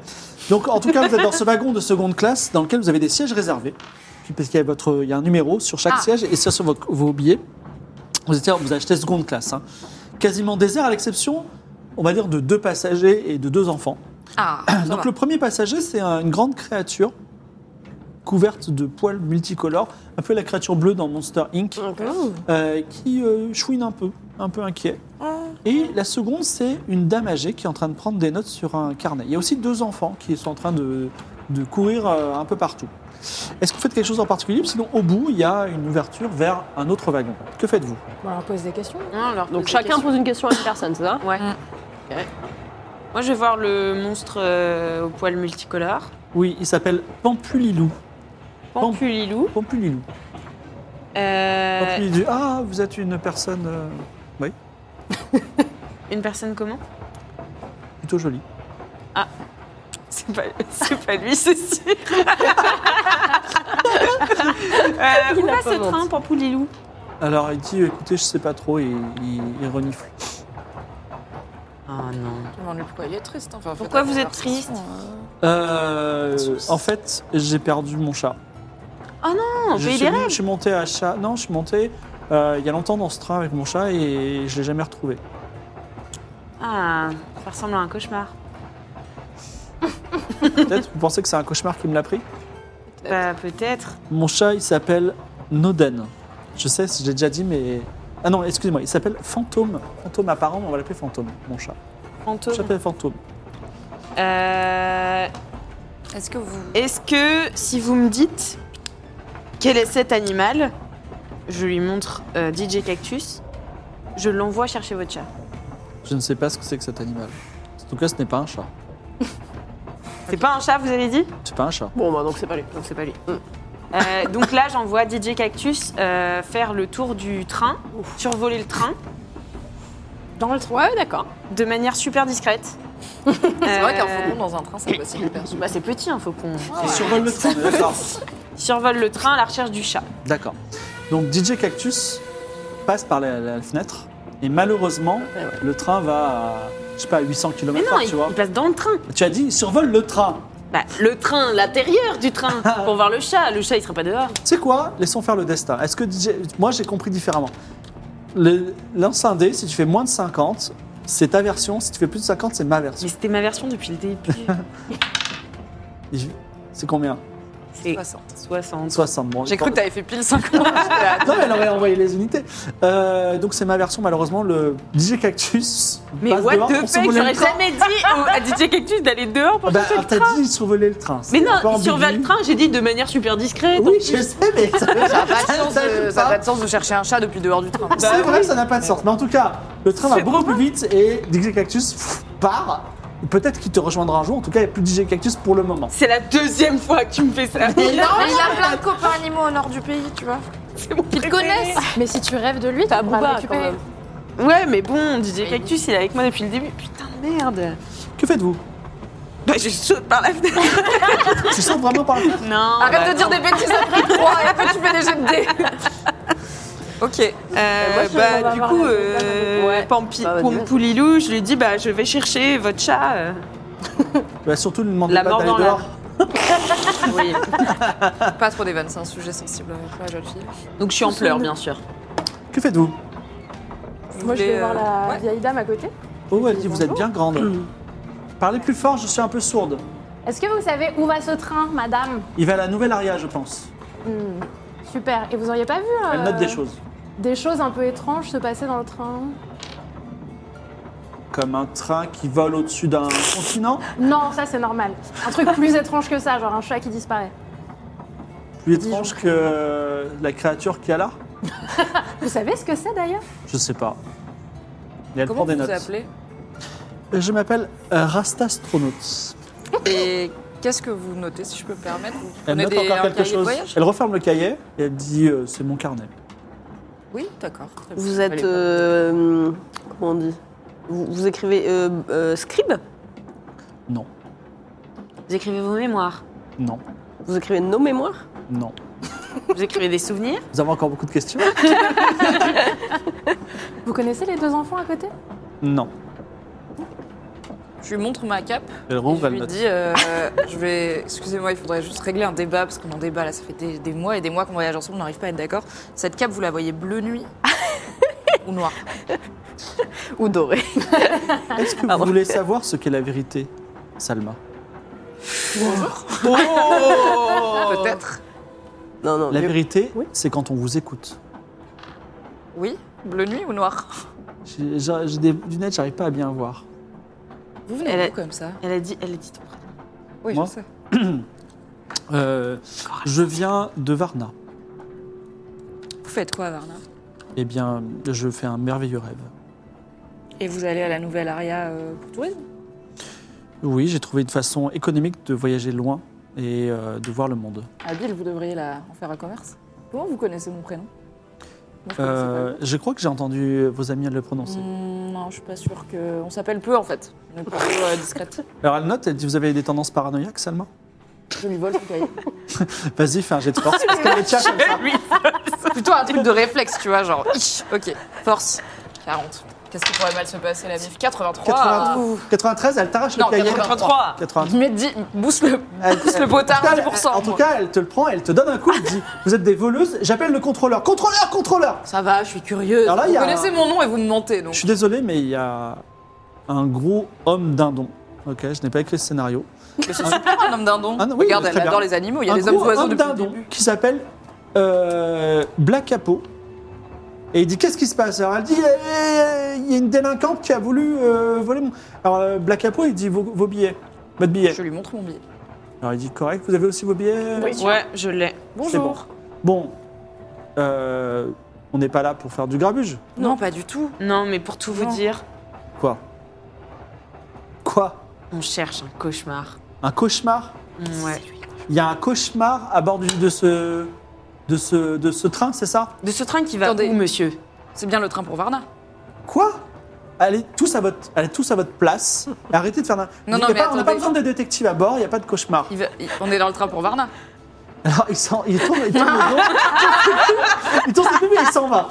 Speaker 1: Donc en tout cas, vous êtes dans ce wagon de seconde classe dans lequel vous avez des sièges réservés, Puis, parce qu'il y, a votre- il y a un numéro sur chaque
Speaker 3: Ah.
Speaker 1: siège et ça sur vos, vos billets. Vous, étiez, vous achetez seconde classe. hein. Quasiment désert à l'exception, on va dire, de deux passagers et de deux enfants.
Speaker 3: Ah, ça
Speaker 1: Donc
Speaker 3: va.
Speaker 1: le premier passager, c'est un- une grande créature couverte de poils multicolores, un peu la créature bleue dans Monster Inc. Euh, qui euh, chouine un peu, un peu inquiet. Et la seconde, c'est une dame âgée qui est en train de prendre des notes sur un carnet. Il y a aussi deux enfants qui sont en train de, de courir euh, un peu partout. Est-ce que vous faites quelque chose en particulier Sinon, au bout, il y a une ouverture vers un autre wagon. Que faites-vous
Speaker 4: Bon, on leur pose des questions.
Speaker 5: Non, on leur pose
Speaker 2: Donc
Speaker 5: des
Speaker 2: chacun
Speaker 5: questions.
Speaker 2: pose une question à une personne, c'est ça
Speaker 5: Ouais.
Speaker 3: Mm.
Speaker 5: Ok. Moi, je vais voir le monstre euh, au poil multicolore.
Speaker 1: Oui, il s'appelle Pampulilou.
Speaker 5: Pampulilou.
Speaker 1: Pampulilou.
Speaker 5: Euh,
Speaker 1: Pampulilou. Ah, vous êtes une personne euh,
Speaker 5: une personne comment
Speaker 1: plutôt jolie.
Speaker 5: C'est pas, c'est pas lui, c'est sûr. Euh, où
Speaker 2: Il a
Speaker 5: va
Speaker 2: pas
Speaker 5: ce
Speaker 2: menti.
Speaker 5: train, Pampulilou
Speaker 1: Alors, il dit, écoutez, je sais pas trop, et il, il renifle.
Speaker 5: Ah non.
Speaker 3: Je me demande pourquoi il est triste. Enfin,
Speaker 5: Pourquoi
Speaker 3: faut
Speaker 5: vous
Speaker 3: pas
Speaker 5: êtes triste
Speaker 1: Euh, en fait, j'ai perdu mon chat.
Speaker 5: Ah Non,
Speaker 1: je,
Speaker 5: pays
Speaker 1: suis,
Speaker 5: des rêves.
Speaker 1: je suis monté à chat. Non, je suis monté euh, il y a longtemps dans ce train avec mon chat et je l'ai jamais retrouvé.
Speaker 5: Ah, ça ressemble à un cauchemar.
Speaker 1: Peut-être vous pensez que c'est un cauchemar qui me l'a pris
Speaker 5: Bah, peut-être.
Speaker 1: Mon chat, il s'appelle Noden. Je sais, je l'ai déjà dit, mais. Ah non, excusez-moi, il s'appelle Fantôme. Fantôme apparent, mais on va l'appeler Fantôme, mon chat.
Speaker 5: Fantôme.
Speaker 1: Je l'appelle Fantôme.
Speaker 5: Euh,
Speaker 6: Est-ce que vous.
Speaker 5: Est-ce que si vous me dites quel est cet animal, je lui montre euh, DJ Cactus, je l'envoie chercher votre chat.
Speaker 1: Je ne sais pas ce que c'est que cet animal. En tout cas, ce n'est pas un chat.
Speaker 5: C'est pas un chat, vous avez dit
Speaker 1: C'est pas un chat.
Speaker 2: Bon, bah donc c'est pas lui.
Speaker 5: Donc c'est pas lui. Euh, donc là, j'envoie DJ Cactus euh, faire le tour du train, survoler le train
Speaker 4: Dans le train Ouais, d'accord.
Speaker 5: de manière super discrète.
Speaker 3: C'est vrai qu'un faucon dans un train, c'est pas si hyper
Speaker 5: Bah c'est petit, un faucon.
Speaker 1: Survole le train, d'accord.
Speaker 5: Euh, Survole le train à la recherche du chat.
Speaker 1: D'accord. Donc DJ Cactus passe par la, la fenêtre et malheureusement, le train va à, je sais pas, 800
Speaker 5: Ah, Mais
Speaker 1: km
Speaker 5: non,
Speaker 1: h
Speaker 5: il,
Speaker 1: tu vois.
Speaker 5: il passe dans le train.
Speaker 1: Tu as dit, il survole le train.
Speaker 5: Bah, le train, l'intérieur du train, pour voir le chat. Le chat, il serait pas dehors.
Speaker 1: Tu sais quoi Laissons faire le destin. Est-ce que DJ... Moi, j'ai compris différemment. Le- Lance un dé, si tu fais moins de 50, c'est ta version. Si tu fais plus de 50, c'est ma version.
Speaker 5: Mais c'était ma version depuis le début.
Speaker 1: Il- C'est combien
Speaker 5: C'est 60.
Speaker 1: 60. Bon,
Speaker 3: J'ai cru que t'avais fait pile 50.
Speaker 1: Non, mais elle aurait envoyé les unités. Euh, donc, c'est ma version, malheureusement. Le DJ Cactus
Speaker 5: Mais
Speaker 1: passe
Speaker 5: what
Speaker 1: dehors
Speaker 5: the
Speaker 1: pour
Speaker 5: fuck,
Speaker 1: survoler le
Speaker 5: j'aurais
Speaker 1: train.
Speaker 5: jamais dit au- à DJ Cactus d'aller dehors pour
Speaker 1: Bah,
Speaker 5: chercher le
Speaker 1: t'as
Speaker 5: train.
Speaker 1: dit survoler le train.
Speaker 5: Mais
Speaker 1: C'est un peu
Speaker 5: non,
Speaker 1: ambigu.
Speaker 5: surveille le train, j'ai dit de manière super discrète.
Speaker 1: Oui, je sais, mais ça n'a
Speaker 3: pas de sens de- ça n'a pas de sens de chercher un chat depuis dehors du train.
Speaker 1: C'est vrai, ça n'a pas de sens. Mais en tout cas, le train va
Speaker 5: Bah C'est
Speaker 1: beaucoup plus vite et DJ Cactus pff, part. Peut-être qu'il te rejoindra un jour. En tout cas, il n'y a plus de DJ Cactus pour le moment.
Speaker 5: C'est la deuxième fois que tu me fais ça.
Speaker 6: Mais non, il a plein de copains animaux au nord du pays, tu vois.
Speaker 5: Qu'ils
Speaker 6: connaissent.
Speaker 4: Mais si tu rêves de lui, t'as
Speaker 2: Booba,
Speaker 4: pas
Speaker 2: quand
Speaker 4: récupéré.
Speaker 2: même.
Speaker 5: Ouais, mais bon, DJ Cactus, il est avec moi depuis le début. Putain de merde.
Speaker 1: Que faites-vous
Speaker 5: Bah, je saute par la fenêtre.
Speaker 1: Tu sens vraiment par la fenêtre
Speaker 5: Non.
Speaker 3: Arrête
Speaker 5: bah
Speaker 3: de dire
Speaker 5: non.
Speaker 3: des bêtises après 3 et après tu fais des jets de dés.
Speaker 6: Ok.
Speaker 5: Euh,
Speaker 2: Moi, je vais
Speaker 5: bah,
Speaker 2: voir
Speaker 5: du
Speaker 2: la
Speaker 5: coup,
Speaker 2: nouvelle,
Speaker 5: euh,
Speaker 2: la nouvelle. Ouais.
Speaker 5: Pampi,
Speaker 2: Bah, vas-y, vas-y.
Speaker 5: Pompoulilou, je lui dis, bah, je vais chercher votre chat. euh.
Speaker 1: bah, Surtout, ne lui demandez
Speaker 5: La
Speaker 1: pas
Speaker 5: mort
Speaker 1: d'aller
Speaker 5: dans
Speaker 1: dehors.
Speaker 5: Oui.
Speaker 3: Pas trop des vannes, c'est un sujet sensible avec la jeune fille.
Speaker 5: Donc, je suis en pleurs, bien sûr.
Speaker 1: Que faites-vous
Speaker 4: Moi, je
Speaker 3: voulez,
Speaker 4: vais voir la
Speaker 3: euh, ouais.
Speaker 4: vieille dame à côté.
Speaker 1: Oh, elle dit Vous êtes bien grande. Parlez plus fort, je suis un peu sourde.
Speaker 4: Est-ce que vous savez où va ce train, madame
Speaker 1: Il va à la nouvelle aria, je pense.
Speaker 4: Hmm, Super. Et vous auriez pas vu
Speaker 1: Elle
Speaker 4: euh,
Speaker 1: note des choses.
Speaker 4: des choses un peu étranges se passer dans le train
Speaker 1: Comme un train qui vole au-dessus d'un continent.
Speaker 4: Non, ça c'est normal. Un truc plus étrange que ça, genre un chat qui disparaît.
Speaker 1: Plus étrange que la créature qu'il y a là
Speaker 4: Vous savez ce que c'est d'ailleurs
Speaker 1: Je sais pas. Et elle prend
Speaker 3: Comment
Speaker 1: des
Speaker 3: vous vous
Speaker 1: notes.
Speaker 3: appelez
Speaker 1: Je m'appelle euh, Rastastronautes.
Speaker 3: Et qu'est-ce que vous notez, si je peux me permettre Vous
Speaker 1: Elle
Speaker 3: prenez
Speaker 1: note
Speaker 3: des- un
Speaker 1: encore quelque
Speaker 3: cahier de
Speaker 1: chose.
Speaker 3: voyage
Speaker 1: Elle referme le cahier et elle dit euh, C'est mon carnet.
Speaker 3: Oui, d'accord. très bien.
Speaker 2: Vous
Speaker 3: Allez,
Speaker 2: êtes. euh, comment on dit vous, vous écrivez euh, euh, scribe
Speaker 1: Non,
Speaker 5: Vous écrivez vos mémoires.
Speaker 1: non,
Speaker 2: Vous écrivez nos mémoires
Speaker 1: non.
Speaker 5: Vous écrivez des souvenirs.
Speaker 1: Vous avez encore beaucoup de questions
Speaker 4: Vous connaissez les deux enfants à côté
Speaker 1: Non.
Speaker 3: Je lui montre ma cape.
Speaker 1: Elle
Speaker 3: et
Speaker 1: rouvre,
Speaker 3: je
Speaker 1: elle
Speaker 3: lui
Speaker 1: bah, note.
Speaker 3: dis, euh, je vais, excusez-moi, il faudrait juste régler un débat parce qu'on en débat là, ça fait des, des mois et des mois qu'on voyage ensemble, on n'arrive pas à être d'accord. Cette cape, vous la voyez bleu nuit ou noire
Speaker 2: Ou doré
Speaker 1: Est-ce que vous voulez savoir ce qu'est la vérité, Salma
Speaker 3: Oh. Peut-être.
Speaker 2: Non, non.
Speaker 1: La
Speaker 2: mais-
Speaker 1: vérité, c'est quand on vous écoute.
Speaker 3: Oui, bleu nuit ou noir.
Speaker 1: J'ai j'ai- j'ai des lunettes, j'arrive pas à bien voir.
Speaker 3: Vous venez
Speaker 5: Elle
Speaker 3: d'où
Speaker 5: a-
Speaker 3: comme ça
Speaker 5: Elle a dit, elle a dit ton prénom.
Speaker 3: Oui,
Speaker 1: Moi
Speaker 3: je sais.
Speaker 1: Euh, je viens de Varna.
Speaker 3: Vous faites quoi, à Varna
Speaker 1: Eh bien, je fais un merveilleux rêve.
Speaker 3: Et vous allez à la nouvelle Aria euh, pour tourisme
Speaker 1: Oui, j'ai trouvé une façon économique de voyager loin et euh, de voir le monde.
Speaker 6: Habile, vous devriez la... en faire un commerce. Comment vous connaissez mon prénom Moi, je connaissais pas.
Speaker 1: Euh, je crois que j'ai entendu vos amis le prononcer.
Speaker 6: Hmm, non, je suis pas sûre que. On s'appelle peu en fait. On est plutôt euh, discrète.
Speaker 1: Alors elle note, elle dit vous avez des tendances paranoïaques, Salma
Speaker 6: Je lui vole son cahier.
Speaker 1: Vas-y, fais un jet de force. parce qu'elle est tcha-
Speaker 3: C'est plutôt un truc de réflexe, tu vois, genre, ich, ok, force, 40. Qu'est-ce qui pourrait mal se passer, la mif 83
Speaker 1: 80 93, elle t'arrache le
Speaker 3: Non,
Speaker 1: cahier.
Speaker 3: 83.
Speaker 1: 83.
Speaker 3: Mais dis, booste le,
Speaker 1: Elle-
Speaker 3: booste le
Speaker 1: elle-
Speaker 3: potard à
Speaker 1: Ah, en tout cas, elle- En
Speaker 3: 10%.
Speaker 1: tout
Speaker 3: moi.
Speaker 1: cas, elle te le prend, elle te donne un coup, elle dit Vous êtes des voleuses, j'appelle le contrôleur. Contrôleur, contrôleur
Speaker 3: Ça va, je suis curieuse.
Speaker 1: Alors là, il
Speaker 3: vous
Speaker 1: y a-
Speaker 3: connaissez mon nom et vous me mentez, donc.
Speaker 1: Je suis désolé, mais il y a un gros homme dindon. Ok, je n'ai pas écrit ce scénario.
Speaker 6: Mais c'est super un homme dindon.
Speaker 1: Ah non, oui,
Speaker 3: Regarde,
Speaker 1: très
Speaker 3: elle adore
Speaker 1: bien.
Speaker 3: les animaux, il y a
Speaker 1: un
Speaker 3: des hommes
Speaker 1: gros
Speaker 3: oiseaux
Speaker 1: homme
Speaker 3: depuis le
Speaker 1: dindon
Speaker 3: début.
Speaker 1: qui s'appelle euh, Black Capo. Et il dit qu'est-ce qui se passe Alors elle dit Eh, il y a une délinquante qui a voulu euh, voler mon. Alors euh, Black Capo il dit vos, vos billets, votre billet.
Speaker 6: Je lui montre mon billet.
Speaker 1: Alors il dit correct, vous avez aussi vos billets.
Speaker 5: Ouais, je l'ai.
Speaker 1: C'est bon. Bon, euh, on n'est pas là pour faire du grabuge.
Speaker 6: Non, pas du tout.
Speaker 5: Non, mais pour tout vous
Speaker 6: Non.
Speaker 5: dire,
Speaker 1: Quoi Quoi
Speaker 5: on cherche un cauchemar.
Speaker 1: Un cauchemar
Speaker 5: Ouais.
Speaker 1: Il y a un cauchemar à bord du- de ce de ce de ce train, c'est ça
Speaker 5: De ce train qui va
Speaker 6: Attendez.
Speaker 5: où, monsieur
Speaker 6: C'est bien le train pour Varna.
Speaker 1: Quoi Allez tous à votre allez tous à votre place. Et arrêtez de faire. la-
Speaker 6: Non,
Speaker 1: Il y
Speaker 6: non,
Speaker 1: a
Speaker 6: mais
Speaker 1: pas- on n'a pas
Speaker 6: attendez.
Speaker 1: besoin de détectives à bord. Il n'y a pas de cauchemar.
Speaker 6: Il va- il- On est dans le train pour Varna.
Speaker 1: Alors il s'en il tourne il tourne le dos. il tourne ses pubs et il s'en va.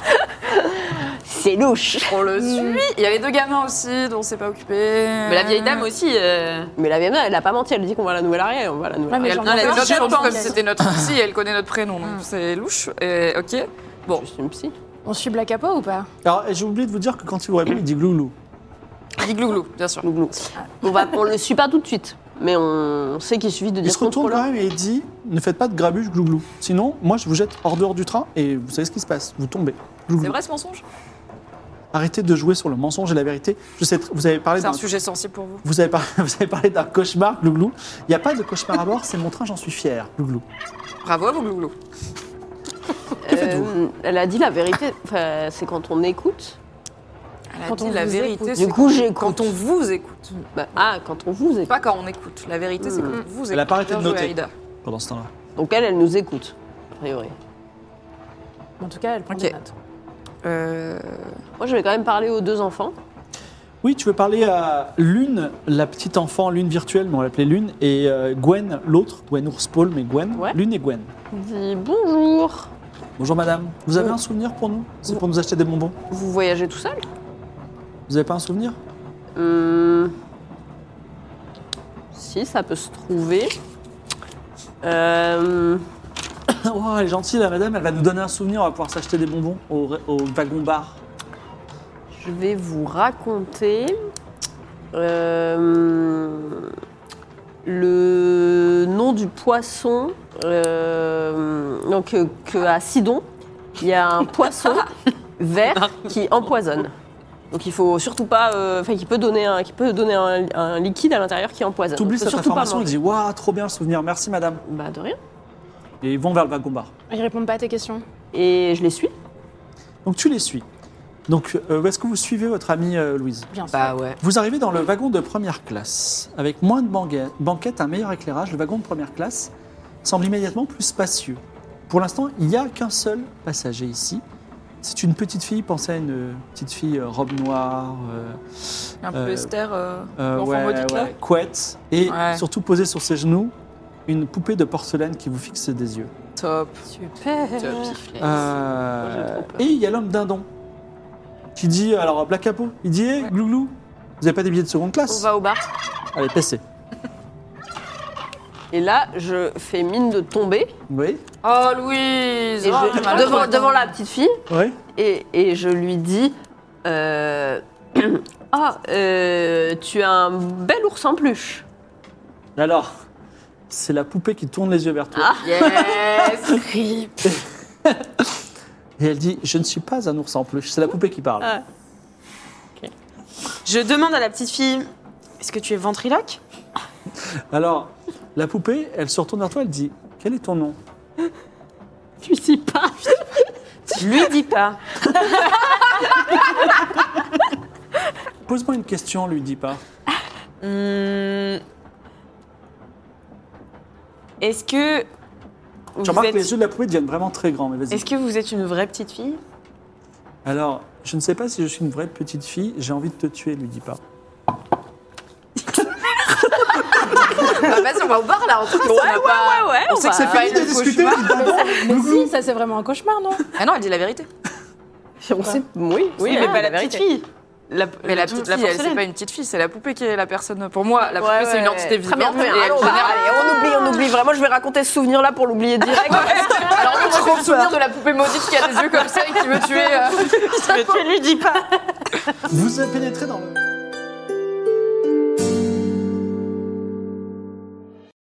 Speaker 2: C'est louche.
Speaker 6: On le
Speaker 1: Mm.
Speaker 6: suit. Il y a les deux gamins aussi dont on s'est pas occupé.
Speaker 5: Mais la vieille dame aussi. euh,
Speaker 2: Mais la VMA, elle a pas menti, elle dit qu'on va à la nouvelle arrière, on va à la nouvelle
Speaker 4: Ouais, mais
Speaker 2: arrière.
Speaker 4: j'en
Speaker 6: Non, elle
Speaker 4: ai
Speaker 6: a
Speaker 4: pas
Speaker 6: notre
Speaker 4: envie.
Speaker 6: surtout comme si c'était notre psy et elle connaît notre prénom, donc c'est louche. Et ok.
Speaker 2: Ah, Je suis une psy.
Speaker 4: On suit Black Capo ou pas
Speaker 1: Alors j'ai oublié de vous dire que quand il vous répond il dit glouglou.
Speaker 6: Il dit glouglou, bien sûr.
Speaker 2: Glouglou. On va, on le suit pas tout de suite, mais on sait qu'il suffit de
Speaker 1: Il
Speaker 2: dire
Speaker 1: se retourne quand
Speaker 2: contrôleur.
Speaker 1: même et il dit ne faites pas de grabuge glouglou. Sinon moi je vous jette hors dehors du train et vous savez ce qui se passe. Vous tombez. Glouglou.
Speaker 6: C'est vrai ce mensonge
Speaker 1: Arrêtez de jouer sur le mensonge et la vérité. Je sais tr- vous avez parlé
Speaker 6: C'est un
Speaker 1: d'un
Speaker 6: sujet sensible pour vous.
Speaker 1: Vous avez, par- vous avez parlé d'un cauchemar, Glouglou. Il n'y a pas de cauchemar à bord, c'est mon train, j'en suis fier, Glouglou.
Speaker 6: Bravo à vous, glouglou.
Speaker 2: Euh, elle a dit la vérité, enfin, c'est quand on écoute.
Speaker 6: Elle a
Speaker 4: Quand
Speaker 6: dit
Speaker 4: on
Speaker 6: la
Speaker 4: vous
Speaker 6: vérité,
Speaker 4: écoute.
Speaker 6: c'est
Speaker 2: Du coup, j'ai
Speaker 6: quand on vous écoute.
Speaker 2: Bah, ah, quand on vous écoute.
Speaker 6: Pas quand on écoute. La vérité, c'est quand on vous écoute.
Speaker 1: Elle a pas arrêté
Speaker 6: Bien
Speaker 1: de
Speaker 6: joué,
Speaker 1: noter.
Speaker 6: Aïda.
Speaker 1: Pendant ce temps-là.
Speaker 2: Donc elle, elle nous écoute, a priori.
Speaker 4: En tout cas, elle prend
Speaker 6: Ok.
Speaker 4: des notes.
Speaker 6: Euh,
Speaker 2: Moi, je vais quand même parler aux deux enfants.
Speaker 1: Oui, tu veux parler à Lune, la petite enfant, Lune virtuelle, mais on l'appelait Lune, et euh, Gwen, l'autre, Gwen Ourspaul, mais Gwen.
Speaker 2: Ouais.
Speaker 1: Lune et Gwen.
Speaker 2: Je dis bonjour.
Speaker 1: Bonjour madame, vous
Speaker 2: Euh.
Speaker 1: avez un souvenir pour nous C'est pour nous acheter des bonbons.
Speaker 2: Vous voyagez tout seul
Speaker 1: Vous n'avez pas un souvenir
Speaker 2: Hum, Si, ça peut se trouver. Euh,
Speaker 1: Oh, elle est gentille, la madame, elle va nous donner un souvenir, on va pouvoir s'acheter des bonbons au, ré- au wagon-bar.
Speaker 2: Euh, Je vais vous raconter euh, le nom du poisson. euh, donc, euh, que à Sidon, il y a un poisson vert qui empoisonne. Donc, il faut surtout pas. euh, Enfin, qui peut donner un, qui peut donner un, un liquide à l'intérieur qui empoisonne.
Speaker 1: T'oublies
Speaker 2: Donc, faut
Speaker 1: cette
Speaker 2: surtout pas
Speaker 1: information, elle
Speaker 2: manger.
Speaker 1: dit Waouh, trop bien le souvenir, merci madame.
Speaker 2: Bah, de rien.
Speaker 1: Et ils vont vers le wagon-bar.
Speaker 4: Ils répondent pas à tes questions.
Speaker 2: Et je les suis.
Speaker 1: Donc tu les suis. Donc euh, où est-ce que vous suivez votre amie euh, Louise
Speaker 4: Bien sûr.
Speaker 5: Bah ouais.
Speaker 1: Vous arrivez dans le wagon de première classe. Avec moins de bangue- banquettes, un meilleur éclairage, le wagon de première classe semble immédiatement plus spacieux. Pour l'instant, il n'y a qu'un seul passager ici. C'est une petite fille, pensez à une petite fille euh, robe noire, euh,
Speaker 6: un peu
Speaker 1: Euh,
Speaker 6: Esther, euh,
Speaker 1: euh,
Speaker 6: l'enfant
Speaker 1: ouais,
Speaker 6: maudite là.
Speaker 1: ouais, couette, et
Speaker 6: Ouais.
Speaker 1: surtout posée sur ses genoux, une poupée de porcelaine qui vous fixe des yeux.
Speaker 6: Top.
Speaker 4: Super.
Speaker 1: Euh,
Speaker 2: Moi, j'ai trop peur.
Speaker 1: et il y a l'homme dindon qui dit, alors Black Capo, il dit, Hé, glouglou, vous n'avez pas des billets de seconde
Speaker 2: On
Speaker 1: classe
Speaker 2: va au bar.
Speaker 1: Allez, PC.
Speaker 2: Et là, je fais mine de tomber.
Speaker 1: Oui
Speaker 6: Oh, Louise
Speaker 2: Et
Speaker 6: oh,
Speaker 2: je-
Speaker 6: t'as mal
Speaker 2: devant-
Speaker 6: au dos.
Speaker 2: devant la petite fille.
Speaker 1: Oui
Speaker 2: et, et je lui dis euh, Ah, euh, tu as un bel ours en peluche.
Speaker 1: Alors, c'est la poupée qui tourne les yeux vers
Speaker 5: Ah.
Speaker 1: toi.
Speaker 3: Yes
Speaker 1: Et elle dit Je ne suis pas un ours en peluche, c'est la poupée qui
Speaker 5: Ah.
Speaker 1: parle.
Speaker 5: Je demande à la petite fille est-ce que tu es ventriloque
Speaker 1: Alors, la poupée, elle se retourne vers toi, elle dit Quel est ton nom
Speaker 2: Tu sais pas.
Speaker 5: Lui dis pas.
Speaker 1: Pose-moi une question, lui dit pas.
Speaker 5: Hum, Est-ce que.
Speaker 1: Tu
Speaker 5: vous
Speaker 1: remarques
Speaker 5: êtes-
Speaker 1: que les yeux de la poupée deviennent vraiment très grands, mais vas-y.
Speaker 5: Est-ce que vous êtes une vraie petite fille
Speaker 1: Alors, je ne sais pas si je suis une vraie petite fille, j'ai envie de te tuer, lui dis pas.
Speaker 6: Ah,
Speaker 3: Bah, vas-y, on va au bar là, en tout cas. Ouais, ouais, ouais,
Speaker 5: on
Speaker 3: sait que c'est
Speaker 1: Fini de discuter, dis d'abord.
Speaker 4: Mais si, ça c'est vraiment un cauchemar, non
Speaker 6: Ah non, elle dit la vérité.
Speaker 2: On sait, oui,
Speaker 5: Oui, mais pas la petite fille. La,
Speaker 3: Mais la petite fille, elle, c'est
Speaker 5: porcelaine.
Speaker 3: pas une petite fille, c'est la poupée qui est la personne. Pour moi, la poupée,
Speaker 5: Ouais,
Speaker 3: c'est une
Speaker 5: ouais.
Speaker 3: entité
Speaker 2: Très bien,
Speaker 3: vivante.
Speaker 2: très bien. Bah,
Speaker 3: et elle
Speaker 2: Allez, on, va-
Speaker 3: génère-
Speaker 2: allez, on oublie, on oublie. Vraiment, je vais raconter ce souvenir-là pour l'oublier direct.
Speaker 3: Alors, moi, j'ai le souvenir de la poupée maudite qui a des yeux comme ça et qui veut tuer. euh,
Speaker 5: Tu lui dis pas.
Speaker 1: Vous avez pénétré dans le...